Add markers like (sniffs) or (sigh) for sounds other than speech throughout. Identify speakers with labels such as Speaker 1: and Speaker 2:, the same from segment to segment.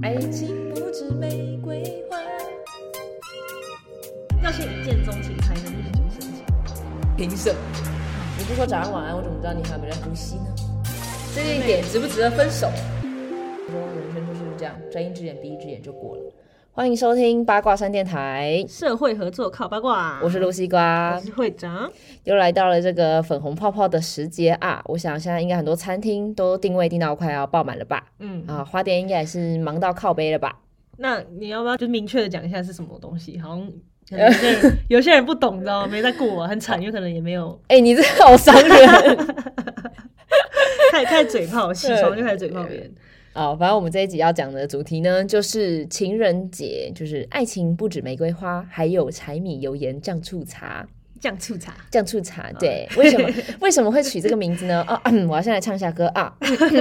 Speaker 1: 爱情不止玫瑰花，要先一见钟情才能日久生情。
Speaker 2: 凭什么？你不说早安晚安，我怎么知道你还没在呼吸呢？这一点值不值得分手？我说人生就是这样，睁一只眼闭一只眼就过了。欢迎收听八卦三电台，
Speaker 1: 社会合作靠八卦，
Speaker 2: 我是露西瓜
Speaker 1: 我，是会长。
Speaker 2: 又来到了这个粉红泡泡的时节啊！我想现在应该很多餐厅都定位定到快要爆满了吧？
Speaker 1: 嗯，
Speaker 2: 啊，花店应该也是忙到靠背了吧？
Speaker 1: 那你要不要就明确的讲一下是什么东西？好像可能有些
Speaker 2: (laughs)
Speaker 1: 人有些人不懂，你知道吗？没在过，很惨，有可能也没有
Speaker 2: 哎、你这好伤人。啊
Speaker 1: 太太嘴炮，起床就开始嘴炮别人。
Speaker 2: 哦，反正我们这一集要讲的主题呢，就是情人节，就是爱情不止玫瑰花，还有柴米油盐酱醋茶。
Speaker 1: 酱醋茶，
Speaker 2: 酱醋茶，对，为什么 (laughs) 为什么会取这个名字呢？啊，咳我要先来唱一下歌啊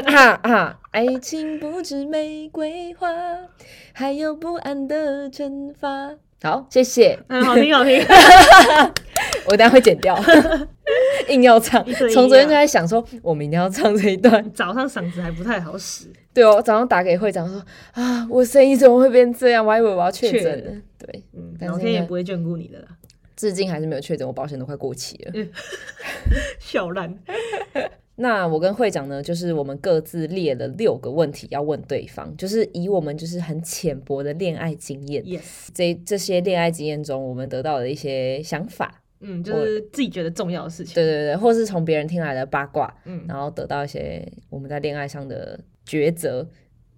Speaker 2: 啊啊！爱情不止玫瑰花，还有不安的惩罚。好，谢谢，
Speaker 1: 嗯，好听好
Speaker 2: (laughs)
Speaker 1: 听。
Speaker 2: 我等一下会剪掉， (laughs) 硬要唱。
Speaker 1: 一对一啊
Speaker 2: 从昨天就在想说，我们一定要唱这一段。
Speaker 1: 早上嗓子还不太好使，
Speaker 2: 对哦，我早上打给会长说啊，我生意怎么会变这样？我还以为我要确
Speaker 1: 确
Speaker 2: 诊呢
Speaker 1: 诊。
Speaker 2: 对，
Speaker 1: 嗯，
Speaker 2: 但是
Speaker 1: 老天也
Speaker 2: 呢
Speaker 1: 不会眷顾你的啦，
Speaker 2: 至今还是没有确诊，我保险都快过期了。
Speaker 1: 笑烂。
Speaker 2: 那我跟会长呢，就是我们各自列了六个问题要问对方，就是以我们就是很浅薄的恋爱经验，
Speaker 1: Yes，
Speaker 2: 这这些恋爱经验中，我们得到的一些想法，
Speaker 1: 嗯，就是自己觉得重要的事情。
Speaker 2: 对对对，或是从别人听来的八卦， (laughs)
Speaker 1: 嗯，
Speaker 2: 然后得到一些我们在恋爱上的抉择。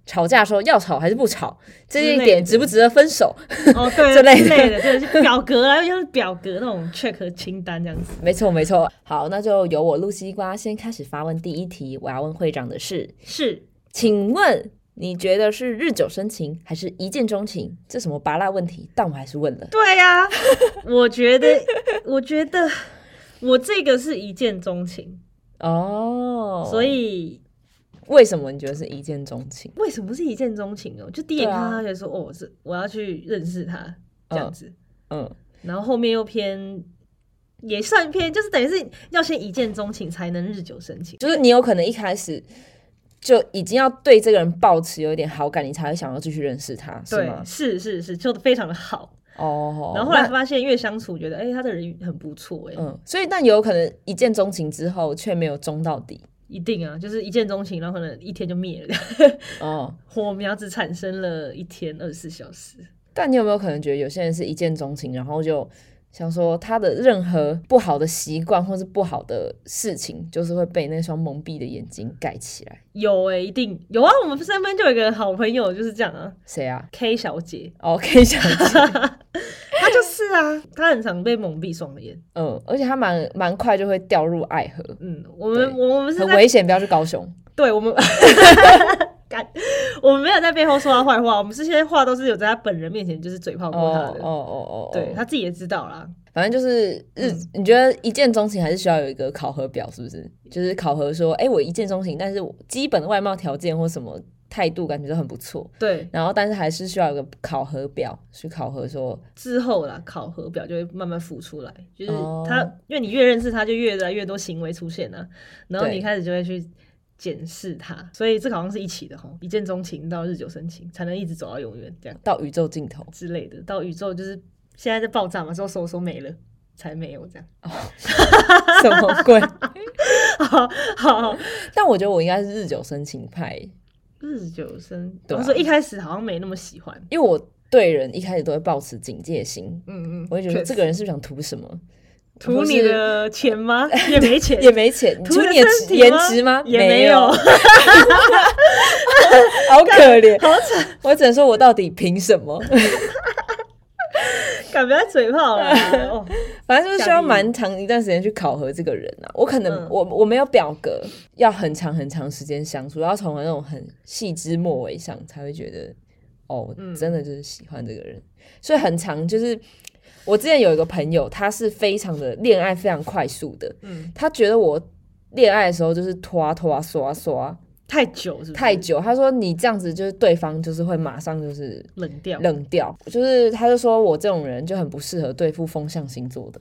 Speaker 2: 吵架的时候要吵还是不吵，这
Speaker 1: 之类
Speaker 2: 一
Speaker 1: 的
Speaker 2: 点值不值得分手？
Speaker 1: 哦，对，
Speaker 2: 这
Speaker 1: 之
Speaker 2: 类
Speaker 1: 类
Speaker 2: 的
Speaker 1: 的，对，就表格啊，就是表格那种 check 清单这样子。
Speaker 2: 没错没错。好，那就由我露西瓜先开始发问。第一题，我要问会长的是，
Speaker 1: 是，
Speaker 2: 请问你觉得是日久生情还是一见钟情？这什么拔辣问题？但我还是问了。
Speaker 1: 对呀、我觉得，我觉得我这个是一见钟情，
Speaker 2: 哦，
Speaker 1: 所以
Speaker 2: 为什么你觉得是一见钟情？
Speaker 1: 为什么是一见钟情哦？就第一眼看到他就说，哦，是我要去认识他这样子，
Speaker 2: 啊嗯，
Speaker 1: 然后后面又偏。也算偏，就是等于是要先一见钟情才能日久生情。
Speaker 2: 就是你有可能一开始就已经要对这个人抱持有一点好感，你才会想要继续认识他，是
Speaker 1: 对
Speaker 2: 吗，？
Speaker 1: 是是是，做的非常的好。
Speaker 2: 哦，
Speaker 1: 然后后来
Speaker 2: 那
Speaker 1: 发现越相处，觉得哎、他的人很不错哎、
Speaker 2: 嗯，所以但有可能一见钟情之后却没有钟到底。
Speaker 1: 一定啊，就是一见钟情，然后可能一天就灭了， (laughs)
Speaker 2: 哦，
Speaker 1: 火苗只产生了一天二十四小时。
Speaker 2: 但你有没有可能觉得有些人是一见钟情，然后就想说他的任何不好的习惯或是不好的事情，就是会被那双蒙蔽的眼睛盖起来？
Speaker 1: 有哎、一定有啊！我们身边就有一个好朋友就是这样啊
Speaker 2: 谁啊哦
Speaker 1: ，K 小姐，
Speaker 2: ？OK，小姐，
Speaker 1: 她就是啊，她很常被蒙蔽双眼。
Speaker 2: 嗯，而且他蛮蛮快就会掉入爱河，
Speaker 1: 嗯，我
Speaker 2: 对
Speaker 1: 们我我们是
Speaker 2: 很
Speaker 1: 在
Speaker 2: 危险，不要去高雄。
Speaker 1: 对我
Speaker 2: (laughs)
Speaker 1: 们。干我们没有在背后说她坏话，我们这些话都是有在她本人面前就是嘴炮
Speaker 2: 哦
Speaker 1: 过她
Speaker 2: 哦
Speaker 1: 的，
Speaker 2: 哦哦，哦
Speaker 1: 对嗯她，自己也知道啦。
Speaker 2: 反正就是日，你觉得一见钟情还是需要有一个考核表，是不是？就是考核说，哎、我一见钟情，但是我基本的外貌条件或什么态度感觉都很不错，
Speaker 1: 对，
Speaker 2: 然后但是还是需要有个考核表去考核说，
Speaker 1: 之后啦，考核表就会慢慢浮出来，就是
Speaker 2: 哦
Speaker 1: 他，因为你越认识他，就越来越多行为出现啊，然后
Speaker 2: 对
Speaker 1: 你开始就会去检视他，所以这个好像是一起的吼，一见钟情到日久生情，才能一直走到永远这样
Speaker 2: 到宇宙尽头。
Speaker 1: 之类的，到宇宙就是现在在爆炸嘛，之后收收没了。才没有
Speaker 2: (laughs)
Speaker 1: 这样，
Speaker 2: 什么鬼？ (laughs)
Speaker 1: 好好
Speaker 2: 但我觉得我应该是日久生情派，
Speaker 1: 日久生。
Speaker 2: 对啊
Speaker 1: 我说一开始好像没那么喜欢，
Speaker 2: 因为我对人一开始都会抱持警戒心，
Speaker 1: 嗯嗯，
Speaker 2: 我会觉得
Speaker 1: 确
Speaker 2: 说
Speaker 1: 实
Speaker 2: 这个人是不是想图什么，
Speaker 1: 图你的钱吗？ (laughs) 也没
Speaker 2: (laughs)
Speaker 1: 钱，
Speaker 2: 也没钱，
Speaker 1: 图
Speaker 2: 除你
Speaker 1: 你的
Speaker 2: 的
Speaker 1: 身体
Speaker 2: 颜
Speaker 1: 吗
Speaker 2: 值吗？
Speaker 1: 也没有
Speaker 2: 好可
Speaker 1: (laughs)
Speaker 2: 怜，好惨。我只能说，我到底凭什么？
Speaker 1: (laughs) 敢不要嘴炮了啊。哦，
Speaker 2: 反正就是需
Speaker 1: 下
Speaker 2: 要
Speaker 1: 地狱
Speaker 2: 蛮长一段时间去考核这个人啊。我可能、
Speaker 1: 嗯
Speaker 2: 我我没有表格，要很长很长时间相处，要从那种很细枝末尾上才会觉得，哦，
Speaker 1: 嗯
Speaker 2: 真的就是喜欢这个人。所以很长，就是我之前有一个朋友，他是非常的恋爱非常快速的，
Speaker 1: 嗯，
Speaker 2: 他觉得我恋爱的时候就是拖啊拖啊刷啊刷啊
Speaker 1: 太久是不是
Speaker 2: 太久，他说你这样子就是对方就是会马上就是
Speaker 1: 冷掉，
Speaker 2: 冷掉，就是他就说我这种人就很不适合对付风象星座的。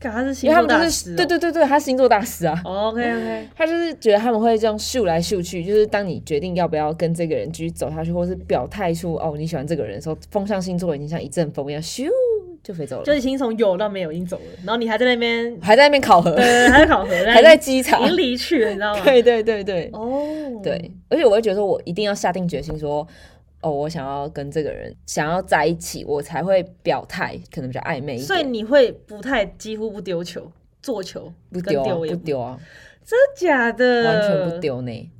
Speaker 1: 嘎他是
Speaker 2: 因
Speaker 1: 星
Speaker 2: 为他
Speaker 1: 座
Speaker 2: 们就
Speaker 1: 大
Speaker 2: 是
Speaker 1: 师、哦
Speaker 2: 对对对对，他是星座大师啊。
Speaker 1: ，OK OK，
Speaker 2: 他就是觉得他们会这样秀来秀去，就是当你决定要不要跟这个人继续走下去，或是表态出哦你喜欢这个人的时候，风象星座已经像一阵风一样咻就飞走了，
Speaker 1: 就已经从有到没有已经走了，然后你还在那
Speaker 2: (laughs)
Speaker 1: 边，
Speaker 2: 还在那边考核，
Speaker 1: 呃，还在考核，
Speaker 2: 还在稽查，
Speaker 1: 已经离去了，你知道吗？
Speaker 2: 对对对对
Speaker 1: 哦，
Speaker 2: 对，而且我会觉得说我一定要下定决心说。哦，我想要跟这个人想要在一起，我才会表态，可能比较暧昧一点，
Speaker 1: 所以你会不太几乎不丢球，做球
Speaker 2: 不
Speaker 1: 跟
Speaker 2: 丢啊，
Speaker 1: 也
Speaker 2: 不，丢啊，
Speaker 1: 真的假的？
Speaker 2: 完全不。丢呢。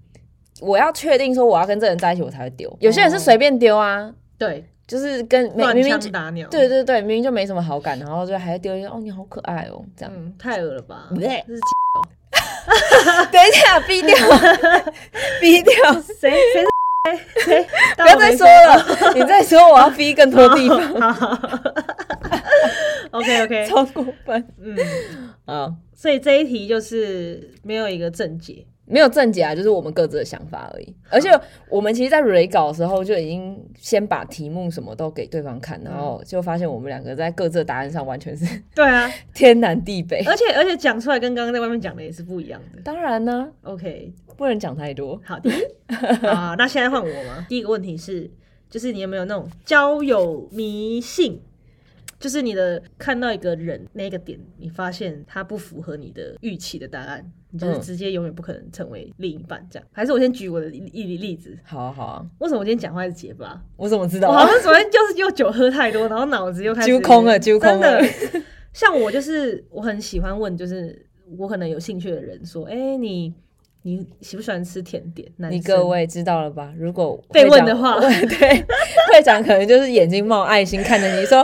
Speaker 2: 我要确定说我要跟这个人在一起，我才会丢。有些人是随便丢啊，
Speaker 1: 对，
Speaker 2: 就是跟没
Speaker 1: 哦乱
Speaker 2: 明明
Speaker 1: 枪打鸟。
Speaker 2: 对对对，明明就没什么好感，然后就还丢一个哦，你好可爱哦，这样。
Speaker 1: 嗯，太恶了吧？
Speaker 2: 对
Speaker 1: 这是
Speaker 2: (laughs) 等一下，逼
Speaker 1: (laughs)
Speaker 2: 掉，逼掉，
Speaker 1: 谁谁是谁？ (laughs) 不
Speaker 2: 不要再说了， (laughs) 你再说我要逼更多地方，
Speaker 1: (laughs) 方。OK OK，
Speaker 2: 超过分
Speaker 1: 嗯，
Speaker 2: 啊！
Speaker 1: 所以这一题就是没有一个正解。
Speaker 2: 没有正解啊，就是我们各自的想法而已。而且我们其实，在 re 稿的时候就已经先把题目什么都给对方看，然
Speaker 1: 嗯
Speaker 2: 后就发现我们两个在各自的答案上完全是 (laughs)
Speaker 1: 对啊，
Speaker 2: 天南地北。
Speaker 1: 而且而且讲出来跟刚刚在外面讲的也是不一样的。
Speaker 2: 当然呢、
Speaker 1: OK，
Speaker 2: 不能讲太多。
Speaker 1: 好的啊，那现在换我吗？第一个问题是，就是你有没有那种交友迷信？就是你的看到一个人那个点，你发现他不符合你的预期的答案，你就是
Speaker 2: 嗯
Speaker 1: 直接永远不可能成为另一半这样。还是我先举我的一一例子，
Speaker 2: 好啊，好啊，
Speaker 1: 为什么我今天讲话是结巴？
Speaker 2: 我怎么知道
Speaker 1: 我
Speaker 2: 啊 (laughs)
Speaker 1: 好？像昨天就是又酒喝太多，然后脑子又开始
Speaker 2: 揪空了揪空了
Speaker 1: 真的，像我就是我很喜欢问，就是我可能有兴趣的人说，哎、你你喜不喜欢吃甜点？男生
Speaker 2: 你各位知道了吧？如果
Speaker 1: 被
Speaker 2: 会
Speaker 1: 问
Speaker 2: 长
Speaker 1: 的话
Speaker 2: 会 (laughs) 对会长可能就是眼睛冒爱心看着你
Speaker 1: (laughs)
Speaker 2: 说，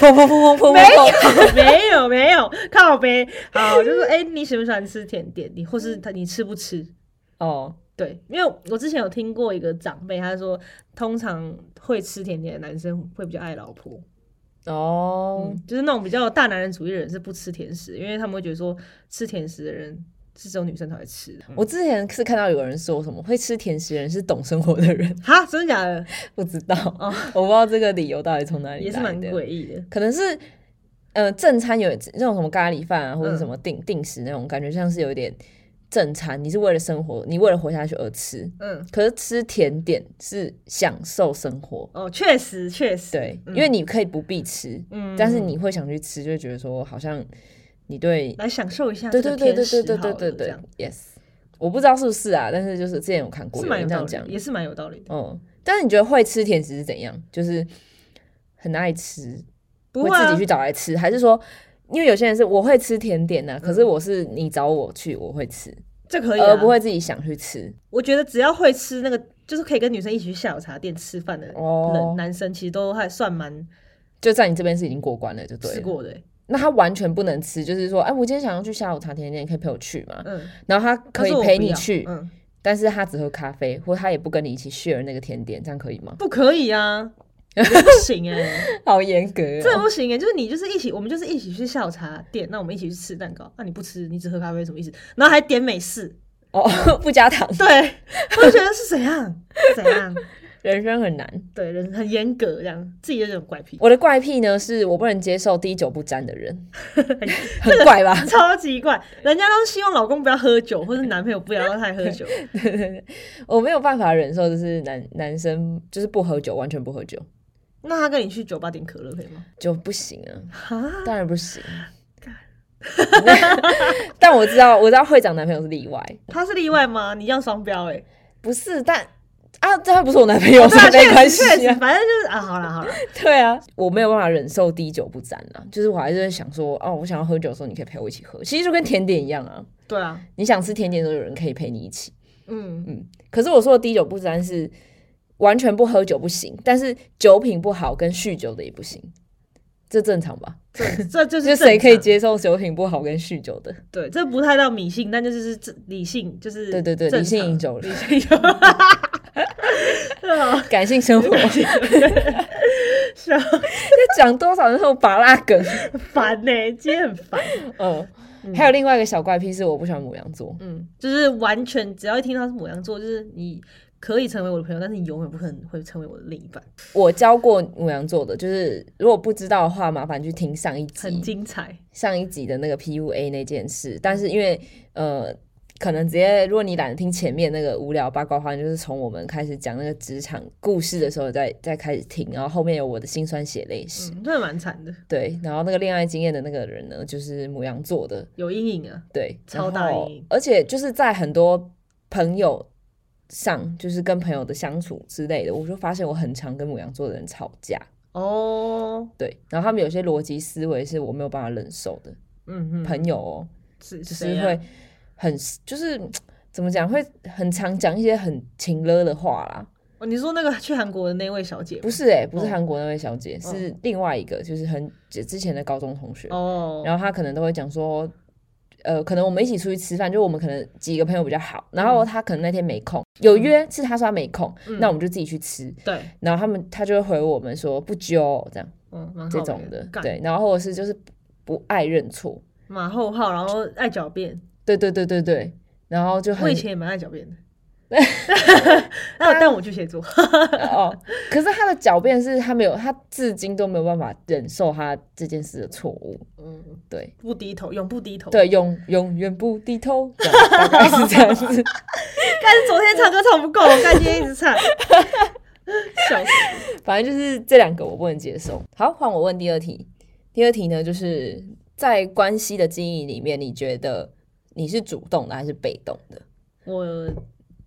Speaker 2: 砰砰砰砰砰砰砰，
Speaker 1: (laughs) 没有没有靠背，好，就是哎、诶你喜不喜欢吃甜点？你或是他你吃不吃？
Speaker 2: 哦，
Speaker 1: 对，因为我之前有听过一个长辈，他说通常会吃甜点的男生会比较爱老婆，
Speaker 2: 哦，
Speaker 1: 嗯，就是那种比较大男人主义的人是不吃甜食，因为他们会觉得说吃甜食的人是只有女生才会吃的。
Speaker 2: 我之前是看到有人说什么会吃甜食的人是懂生活的人， (laughs)
Speaker 1: 哈，真的假的？
Speaker 2: 不知道，
Speaker 1: 哦
Speaker 2: 我不知道这个理由到底从哪里
Speaker 1: 也是
Speaker 2: 来
Speaker 1: 蛮
Speaker 2: 的，
Speaker 1: 诡异的。
Speaker 2: 可能是。呃，正餐有那种什么咖喱饭啊，或者
Speaker 1: 嗯
Speaker 2: 什么定、定时那种，感觉像是有一点正餐。你是为了生活，你为了活下去而吃，
Speaker 1: 嗯，
Speaker 2: 可是吃甜点是享受生活，
Speaker 1: 哦，确实确实，
Speaker 2: 对，
Speaker 1: 嗯
Speaker 2: 因为你可以不必吃，
Speaker 1: 嗯
Speaker 2: 但是你会想去吃，就会觉得说好像你对，
Speaker 1: 来享受一下
Speaker 2: 对对
Speaker 1: 这个
Speaker 2: 对
Speaker 1: 甜
Speaker 2: 对对
Speaker 1: 食
Speaker 2: 对
Speaker 1: 好
Speaker 2: 对
Speaker 1: 了，
Speaker 2: 对
Speaker 1: 这
Speaker 2: 对
Speaker 1: 样
Speaker 2: ，yes，我不知道是不是啊，但是就是之前有看过
Speaker 1: 是
Speaker 2: 有
Speaker 1: 蛮
Speaker 2: 人
Speaker 1: 有
Speaker 2: 这
Speaker 1: 道
Speaker 2: 样
Speaker 1: 理的
Speaker 2: 讲，，
Speaker 1: 也是蛮有道理的。
Speaker 2: 嗯，但是你觉得会吃甜食是怎样？就是很爱吃，
Speaker 1: 不
Speaker 2: 会
Speaker 1: 会啊
Speaker 2: 自己去找来吃，还是说？因为有些人是我会吃甜点呐、可是我是你找我去，我会吃，
Speaker 1: 这嗯可以、啊，
Speaker 2: 而呃不会自己想去吃。
Speaker 1: 我觉得只要会吃那个，就是可以跟女生一起去下午茶店吃饭的人，
Speaker 2: 哦
Speaker 1: 男生其实都还算蛮
Speaker 2: 就在你这边是已经过关了，就对
Speaker 1: 吃
Speaker 2: 了。
Speaker 1: 过的、欸。
Speaker 2: 那他完全不能吃，就是说，哎，我今天想要去下午茶甜点店，你可以陪我去吗？
Speaker 1: 嗯，
Speaker 2: 然后他
Speaker 1: 他
Speaker 2: 可以
Speaker 1: 说我
Speaker 2: 陪
Speaker 1: 不
Speaker 2: 你
Speaker 1: 要
Speaker 2: 去，
Speaker 1: 嗯，
Speaker 2: 但是他只喝咖啡，或他也不跟你一起 share 那个甜点，这样可以吗？
Speaker 1: 不可以啊，我觉得不行哎、
Speaker 2: 好严格、
Speaker 1: 这不行哎、就是你就是一起，我们就是一起去下午茶店，那我们一起去吃蛋糕，啊那、你不吃，你只喝咖啡什么意思？然后还点美式，
Speaker 2: 哦， (laughs) 不加糖，
Speaker 1: 对，我就觉得是怎样怎样，
Speaker 2: 人生很难。
Speaker 1: 对，人很严格这样，自己有点怪癖，
Speaker 2: 我的怪癖呢，是我不能接受滴酒不沾的人，很怪吧？
Speaker 1: 超级怪。人家都希望老公不要喝酒，或是男朋友不要太
Speaker 2: (laughs)
Speaker 1: 喝酒，
Speaker 2: 我没有办法忍受，就是男男生就是不喝酒，完全不喝酒
Speaker 1: 那他跟你去酒吧点可乐可以吗？
Speaker 2: 就不行啊，
Speaker 1: 哈，
Speaker 2: 当然不行。 (laughs) 但我知道，我知道会长男朋友是例外，
Speaker 1: 他是例外吗？你这样双标
Speaker 2: (laughs)
Speaker 1: 哎、
Speaker 2: 不是，但啊，这还不是我男朋友，所 (laughs) 以没关系
Speaker 1: 确实，
Speaker 2: 啊。
Speaker 1: 反正就是啊，好了好了，
Speaker 2: 对啊，我没有办法忍受滴酒不沾啊，就是我还是会想说，哦，我想要喝酒的时候，你可以陪我一起喝。其实就跟甜点一样啊，
Speaker 1: 对啊，
Speaker 2: 你想吃甜点的时候，有人可以陪你一起。
Speaker 1: 嗯，
Speaker 2: 可是我说的滴酒不沾是完全不喝酒不行，但是酒品不好跟酗酒的也不行，这正常吧？
Speaker 1: 这这就是
Speaker 2: (laughs) 就
Speaker 1: 正
Speaker 2: 谁可以
Speaker 1: 常？
Speaker 2: 接受酒品不好跟酗酒的？
Speaker 1: 对，这不太到迷信，但就是是理性，就是
Speaker 2: 对对对
Speaker 1: 正
Speaker 2: 理性
Speaker 1: 常
Speaker 2: 饮酒了
Speaker 1: 理性饮酒。 (laughs) 对啊，
Speaker 2: (laughs) 感性生活，
Speaker 1: 是啊，
Speaker 2: 讲多少那种拔拉梗？
Speaker 1: 很烦呢、欸今天很烦。
Speaker 2: (laughs) 嗯，还有另外一个小怪癖是我不喜欢母羊座，
Speaker 1: 嗯，就是完全只要一听到是母羊座，就是你可以成为我的朋友，但是你永远不可能会成为我的另一半，
Speaker 2: 我教过母羊座的，就是如果不知道的话，麻烦去听上一
Speaker 1: 很
Speaker 2: 集
Speaker 1: 精彩。
Speaker 2: 上一集的那个 PUA 那件事。但是因为呃，可能直接如果你懒得听前面那个无聊八卦话，你就是从我们开始讲那个职场故事的时候再再开始听，然后后面有我的辛酸血泪史。
Speaker 1: 嗯，真的蛮惨的，
Speaker 2: 对，然后那个恋爱经验的那个人呢，就是母羊座的，
Speaker 1: 有阴影啊。
Speaker 2: 对，
Speaker 1: 超
Speaker 2: 然
Speaker 1: 大
Speaker 2: 后
Speaker 1: 阴影
Speaker 2: 而且就是在很多朋友上，就是跟朋友的相处之类的，我就发现我很常跟母羊座的人吵架。
Speaker 1: 哦，
Speaker 2: 对，然后他们有些逻辑思维是我没有办法忍受的，
Speaker 1: 嗯哼，
Speaker 2: 朋友哦，
Speaker 1: 是
Speaker 2: 就是
Speaker 1: 谁啊
Speaker 2: 会很就是怎么讲，会很常讲一些很情勒的话啦。
Speaker 1: 哦，你说那个去韩国的那位小姐吗
Speaker 2: 不是哎、不是
Speaker 1: 哦
Speaker 2: 韩国那位小姐，
Speaker 1: 哦
Speaker 2: 是另外一个，就是很之之前的高中同学。
Speaker 1: 哦，
Speaker 2: 然后他可能都会讲说，呃，可能我们一起出去吃饭，就我们可能几个朋友比较好，然后他可能那天没空，有约是他说他没空，
Speaker 1: 嗯
Speaker 2: 那我们就自己去吃，
Speaker 1: 对，
Speaker 2: 然后他们他就会回我们说不揪哦这样
Speaker 1: 嗯，蛮好
Speaker 2: 这
Speaker 1: 玩
Speaker 2: 种的，
Speaker 1: 干
Speaker 2: 对，然后或者是就是不爱认错，
Speaker 1: 马后炮，然后爱狡辩。
Speaker 2: 对对对对对，然后就
Speaker 1: 我
Speaker 2: 很
Speaker 1: 以前也蛮爱狡辩 (laughs) 的，那我但我巨蟹座，
Speaker 2: (laughs) 哦，可是他的狡辩是他没有，他至今都没有办法忍受他这件事的错误，
Speaker 1: 嗯，
Speaker 2: 对
Speaker 1: 不低头，永不低头。
Speaker 2: 对，永永远不低头，这样大概是这样子。 (laughs)
Speaker 1: 但是昨天唱歌唱不够，我今天一直 (laughs) 唱，笑死。
Speaker 2: 反正就是这两个我不能接受。好，换我问第二题。第二题呢，就是在关系的经营里面，你觉得你是主动的还是被动的？
Speaker 1: 我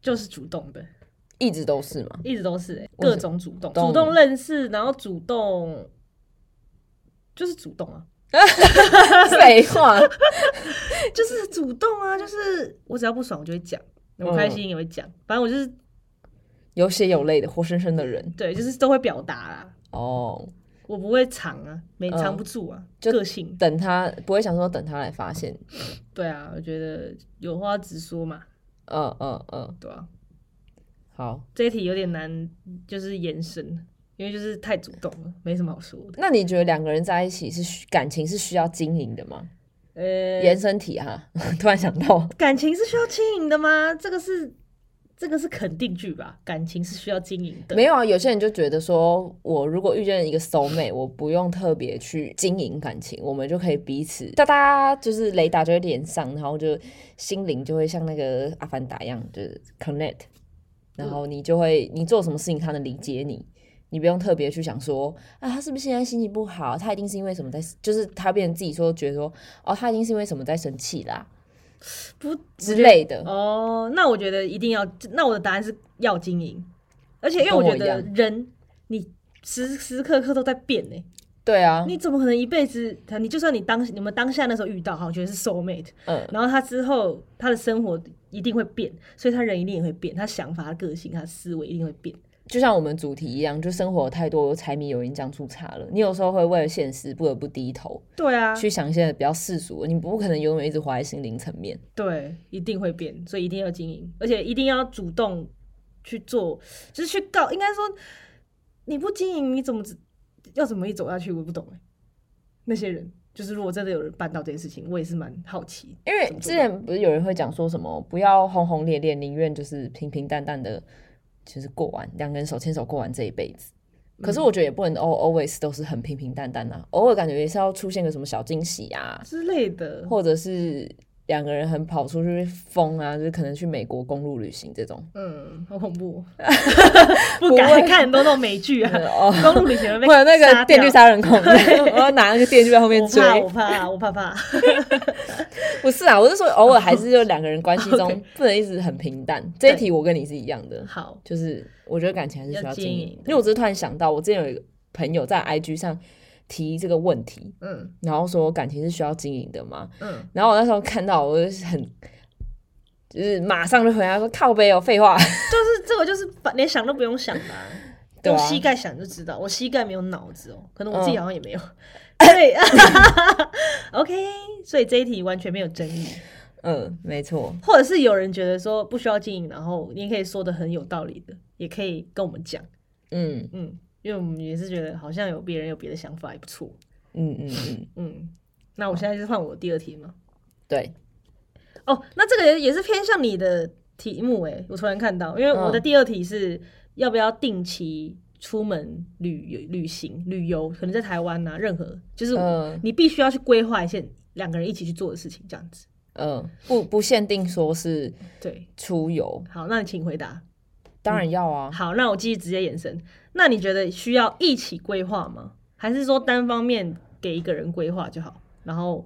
Speaker 1: 就是主动的，
Speaker 2: 一直都是吗？
Speaker 1: 一直都是、欸、
Speaker 2: 我是
Speaker 1: 各种主动，
Speaker 2: 动
Speaker 1: 主动认识，然后主动就是主动啊，
Speaker 2: 废话，
Speaker 1: (laughs) 就是主动啊，就是我只要不爽我就会讲，
Speaker 2: 嗯
Speaker 1: 我开心也会讲，反正我就是
Speaker 2: 有血有泪的活生生的人
Speaker 1: 对，就是都会表达啦，
Speaker 2: 哦。
Speaker 1: 我不会藏啊，没
Speaker 2: 嗯
Speaker 1: 藏不住啊，
Speaker 2: 就
Speaker 1: 个性。
Speaker 2: 等他不会想说等他来发现，
Speaker 1: 对啊，我觉得有话直说嘛，
Speaker 2: 嗯嗯嗯，
Speaker 1: 对啊，
Speaker 2: 好。
Speaker 1: 这一题有点难，就是延伸，因为就是太主动了，没什么好说的。
Speaker 2: 那你觉得两个人在一起是需感情是需要经营的吗？
Speaker 1: 呃，
Speaker 2: 延伸题哈、 (laughs) 突然想到，
Speaker 1: 感情是需要经营的吗？这个是这个是肯定句吧？感情是需要经营的，
Speaker 2: 没有啊，有些人就觉得说，我如果遇见一个 soul mate，我不用特别去经营感情，我们就可以彼此哒哒，就是雷达就会连上，然后就心灵就会像那个阿凡达一样，就是 connect，然后你就会你做什么事情，他能理解你。你不用特别去想说啊，他是不是现在心情不好？他一定是因为什么在，就是他变成自己说，觉得说哦，他一定是因为什么在生气啦
Speaker 1: 不
Speaker 2: 之类的。
Speaker 1: 哦。那我觉得一定要，那我的答案是要经营，而且因为我觉
Speaker 2: 跟我
Speaker 1: 得
Speaker 2: 一
Speaker 1: 人你时时刻刻都在变呢、
Speaker 2: 对啊，
Speaker 1: 你怎么可能一辈子？你就算你当你们当下那时候遇到，好，我觉得是 soul mate，
Speaker 2: 嗯，
Speaker 1: 然后他之后他的生活一定会变，所以他人一定也会变，他想法、他个性、他的思维一定会变。
Speaker 2: 就像我们主题一样，就生活有太多柴米油盐酱醋茶了。你有时候会为了现实不得不低头，
Speaker 1: 对啊，
Speaker 2: 去想一些比较世俗的。你不可能永远一直活在心灵层面。
Speaker 1: 对，一定会变，所以一定要经营，而且一定要主动去做，就是去告。应该说，你不经营，你怎么知要怎么一走下去？我不懂哎、那些人，就是如果真的有人办到这件事情，我也是蛮好奇。
Speaker 2: 因为之前不是有人会讲说什么不要轰轰烈烈，宁愿就是平平淡淡的，就是过完两个人手牵手过完这一辈子。可
Speaker 1: 嗯
Speaker 2: 是我觉得也不能 al always 都是很平平淡淡啊，偶尔感觉也是要出现个什么小惊喜啊，
Speaker 1: 之类的，
Speaker 2: 或者是两个人很跑出去疯啊，就是可能去美国公路旅行这种。
Speaker 1: 嗯，好恐怖哦，
Speaker 2: (laughs)
Speaker 1: 不敢看很多那种美剧啊，
Speaker 2: 哦，
Speaker 1: 公路旅行会被
Speaker 2: 或者那
Speaker 1: 杀
Speaker 2: 个电锯
Speaker 1: 掉，
Speaker 2: 杀人
Speaker 1: (laughs)
Speaker 2: 狂，我要拿那个电锯在后面
Speaker 1: 我
Speaker 2: 追。
Speaker 1: 怕，我怕，我怕怕。
Speaker 2: 不是啊，我是说偶尔还是就两个人关系中
Speaker 1: (laughs) OK
Speaker 2: 不能一直很平淡。这一
Speaker 1: 对
Speaker 2: 题我跟你是一样的，
Speaker 1: 好，
Speaker 2: 就是我觉得感情还是需
Speaker 1: 要
Speaker 2: 要经
Speaker 1: 经
Speaker 2: 营
Speaker 1: 营。
Speaker 2: 因为我只是突然想到，我之前有一个朋友在 IG 上提这个问题，
Speaker 1: 嗯
Speaker 2: 然后说感情是需要经营的吗？
Speaker 1: 嗯，
Speaker 2: 然后我那时候看到，我就是很。就是马上就回答说靠背哦，废话， (laughs)
Speaker 1: 就是这个，就是把连想都不用想吧。
Speaker 2: 对啊
Speaker 1: 用膝盖想就知道，我膝盖没有脑子哦，可能我自己
Speaker 2: 嗯
Speaker 1: 好像也没有。对，OK，所 (laughs) 以这一题完全没有争议，
Speaker 2: 嗯，没错，
Speaker 1: 或者是有人觉得说不需要经营，然后你也可以说的很有道理的，也可以跟我们讲，
Speaker 2: 嗯
Speaker 1: 嗯，因为我们也是觉得好像有别人有别的想法也不错，
Speaker 2: 嗯嗯嗯，
Speaker 1: 嗯，那我现在就是换我的第二题嘛，
Speaker 2: 对，
Speaker 1: 哦，那这个也是偏向你的题目哎、我突然看到，因为我的
Speaker 2: 嗯
Speaker 1: 第二题是要不要定期出门旅游旅行、旅游，可能在台湾呐、啊任何就是
Speaker 2: 嗯
Speaker 1: 你必须要去规划一些两个人一起去做的事情，这样子。
Speaker 2: 嗯，不不限定说是
Speaker 1: 对，
Speaker 2: 出游，
Speaker 1: 好，那你请回答。
Speaker 2: 当然要啊。
Speaker 1: 好，那我继续直接延伸。那你觉得需要一起规划吗？还是说单方面给一个人规划就好，然后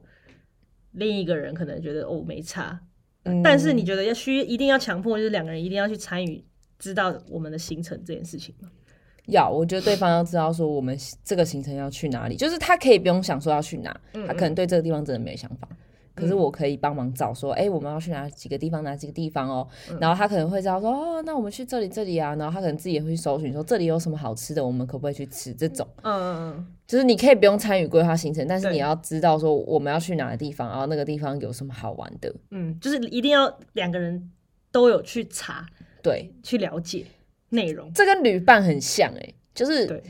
Speaker 1: 另一个人可能觉得哦没差，
Speaker 2: 嗯
Speaker 1: 但是你觉得要需一定要强迫，就是两个人一定要去参与，知道我们的行程这件事情吗？
Speaker 2: 要，我觉得对方要知道说我们这个行程要去哪里，就是他可以不用想说要去哪，
Speaker 1: 嗯
Speaker 2: 他可能对这个地方真的没想法。可是我可以帮忙找说，哎、我们要去哪几个地方，哪几个地方哦。
Speaker 1: 嗯
Speaker 2: 然后他可能会知道说，哦，那我们去这里这里啊。然后他可能自己也会去搜寻说，这里有什么好吃的，我们可不可以去吃？这种
Speaker 1: 嗯嗯嗯，
Speaker 2: 就是你可以不用参与规划行程，但是
Speaker 1: 对
Speaker 2: 你要知道说我们要去哪个地方，然后那个地方有什么好玩的。
Speaker 1: 嗯，就是一定要两个人都有去查、
Speaker 2: 对，
Speaker 1: 去了解内容。
Speaker 2: 这跟旅伴很像哎、就是
Speaker 1: 对，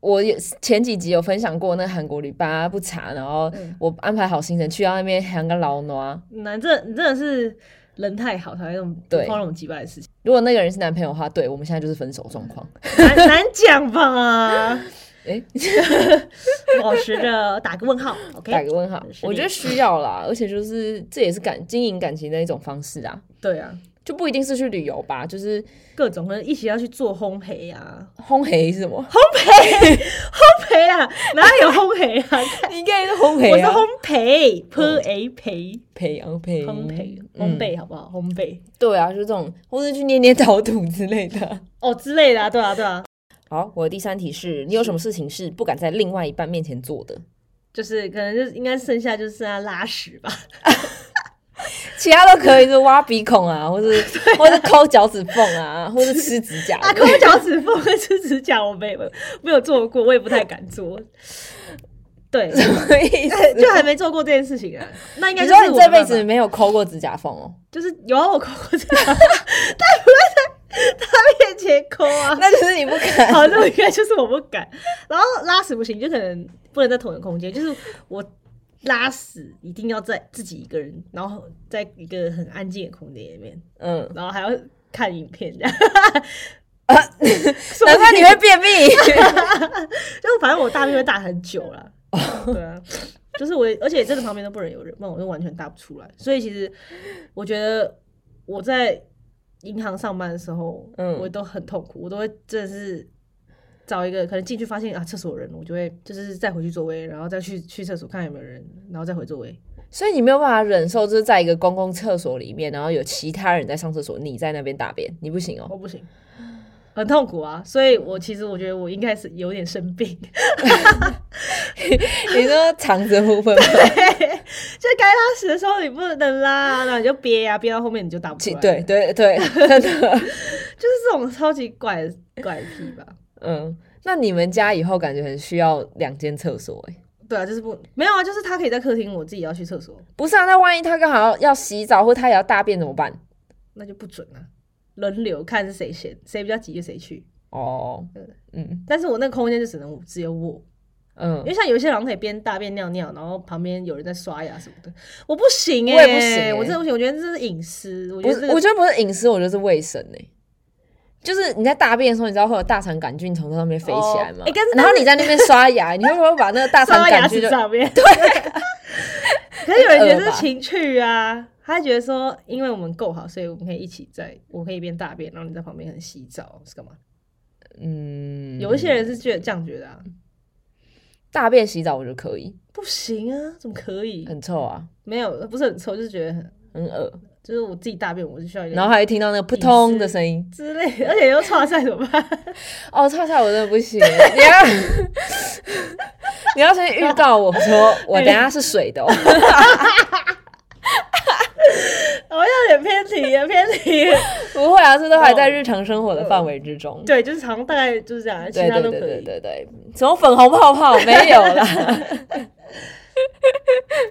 Speaker 2: 我也是前几集有分享过，那韩国旅伴他不查，然后
Speaker 1: 嗯
Speaker 2: 我安排好行程去到那边喊个老挪。
Speaker 1: 那这你真的是人太好才会那种
Speaker 2: 对
Speaker 1: 碰到那种击败的事情，
Speaker 2: 如果那个人是男朋友的话，对我们现在就是分手状况。
Speaker 1: 难难讲吧？
Speaker 2: 哎、
Speaker 1: 保持着打个问号
Speaker 2: (laughs) 打
Speaker 1: ，OK？
Speaker 2: 个问号
Speaker 1: 是，的
Speaker 2: 我觉得需要啦，而且就是这也是感经营感情的一种方式啊，
Speaker 1: 对啊，
Speaker 2: 就不一定是去旅游吧，就是
Speaker 1: 各种可能一起要去做烘焙啊， (laughs)
Speaker 2: 烘焙是什么？
Speaker 1: 烘焙啊，哪有烘焙啊？
Speaker 2: (laughs) 你应该是 (laughs) 烘
Speaker 1: 我
Speaker 2: 焙
Speaker 1: 是
Speaker 2: 啊，
Speaker 1: 烘焙，p a 培，
Speaker 2: 焙烘焙
Speaker 1: 烘焙，烘
Speaker 2: 嗯
Speaker 1: 焙好不好？烘焙
Speaker 2: 对啊，就这种，或者去捏捏陶土之类的。
Speaker 1: 哦之类的啊，对啊，对啊，
Speaker 2: 好，我的第三题是你有什么事情是不敢在另外一半面前做的？
Speaker 1: 就是可能就是应该剩下就是剩下拉屎吧，
Speaker 2: 其他都可以，就挖鼻孔
Speaker 1: (laughs)
Speaker 2: 啊，或是、或是抠脚趾缝啊，或是吃指甲。
Speaker 1: 啊，抠脚趾缝跟吃指甲我没有没有做过，我也不太敢做，
Speaker 2: (laughs)
Speaker 1: 对，
Speaker 2: 什么意思？
Speaker 1: 就还没做过这件事情啊，
Speaker 2: (laughs)
Speaker 1: 那应该
Speaker 2: 你
Speaker 1: 就是
Speaker 2: 说
Speaker 1: 我
Speaker 2: 你
Speaker 1: 没
Speaker 2: 这
Speaker 1: 办法
Speaker 2: 辈子没有抠过指甲缝哦？
Speaker 1: 就是有啊，我抠过这个， (laughs) 但不会在 (laughs) 他面前抠啊。
Speaker 2: 那就是你不敢。
Speaker 1: 好，那应该就是我不敢。然后拉屎不行，就可能不能在同一个空间。就是我拉屎一定要在自己一个人，然后在一个很安静的空间里面， (laughs)
Speaker 2: 嗯， (laughs)
Speaker 1: 然后还要看影片这样。 (laughs)
Speaker 2: 难怪你会便秘。
Speaker 1: 就反正我大便会大很久了。
Speaker 2: 哦
Speaker 1: 对啊，就是我，而且真的旁边都不能有人，不然我就完全大不出来。所以其实我觉得我在银行上班的时候，
Speaker 2: 嗯
Speaker 1: 我都很痛苦，我都会真的是找一个可能进去发现啊厕所有人，我就会就是再回去座位，然后再去去厕所看有没有人，然后再回座位。
Speaker 2: 所以你没有办法忍受，就是在一个公共厕所里面，然后有其他人在上厕所，你在那边大便，你不行
Speaker 1: (laughs)
Speaker 2: 哦。
Speaker 1: 我不行，很痛苦啊。所以我其实我觉得我应该是有点生病， (laughs)
Speaker 2: 你说肠子部分吗？
Speaker 1: 就该拉屎的时候你不能拉，然后你就憋呀、憋到后面你就打不出
Speaker 2: 其
Speaker 1: 来。
Speaker 2: 对对对，真的。
Speaker 1: 就是这种超级怪
Speaker 2: (laughs)
Speaker 1: 怪癖吧？
Speaker 2: 嗯，那你们家以后感觉很需要两间厕所哎、
Speaker 1: 对啊，就是不没有啊，就是他可以在客厅，我自己要去厕所，
Speaker 2: 不是啊，那万一他刚好要洗澡，或他也要大便怎么办？
Speaker 1: 那就不准啊，轮流看是谁先，谁比较急就谁去。
Speaker 2: 哦
Speaker 1: 嗯，
Speaker 2: 嗯
Speaker 1: 但是我那个空间就只能我只有我，因
Speaker 2: 嗯，
Speaker 1: 为像有一些人好像可以边大便尿尿，然后旁边有人在刷牙什么的，我不行哎、
Speaker 2: 我也不行欸
Speaker 1: 我真的不行，我觉得这是隐私，我觉
Speaker 2: 不
Speaker 1: 得
Speaker 2: 是
Speaker 1: 这，
Speaker 2: 我
Speaker 1: 个
Speaker 2: 觉得不是隐私，我觉得是卫生呢、就是你在大便的时候，你知道会有大肠杆菌从上面飞起来吗？
Speaker 1: 哦欸但是
Speaker 2: 然后你在那边刷牙，你会不会把那个大
Speaker 1: 刷
Speaker 2: 肠
Speaker 1: 到牙
Speaker 2: 杆菌
Speaker 1: 齿
Speaker 2: 就 (laughs)
Speaker 1: 上面，对。 (laughs) 可是有人觉得这
Speaker 2: 很恶
Speaker 1: 是
Speaker 2: 吧
Speaker 1: 情趣啊，他觉得说，因为我们够好，所以我们可以一起在，我可以一边大便，然后你在旁边很洗澡是干嘛？
Speaker 2: 嗯，
Speaker 1: 有一些人是觉得这样觉得啊，
Speaker 2: 大便洗澡我觉得可以，
Speaker 1: 不行啊，怎么可以？
Speaker 2: 很臭啊，
Speaker 1: 没有，不是很臭，就是觉得很，
Speaker 2: 很恶，
Speaker 1: 就是我自己大便，我就需要一点
Speaker 2: 然后还会听到那个扑通的声音。
Speaker 1: 之类的，而且又臭晒怎么办？ (laughs)
Speaker 2: 哦，擦擦，我真的不行欸，你要 (laughs) 你要先预告我说我等一下是水的、哦，
Speaker 1: 我有点偏题了，偏题了。 (laughs)
Speaker 2: 不会啊，这都还在日常生活的范围之中。
Speaker 1: 对，就是常大概就是这样，其
Speaker 2: 对
Speaker 1: 他
Speaker 2: 对
Speaker 1: 都
Speaker 2: 对
Speaker 1: 可
Speaker 2: 对
Speaker 1: 以。
Speaker 2: 对对，嗯什么粉红泡
Speaker 1: (laughs)
Speaker 2: 泡没有啦？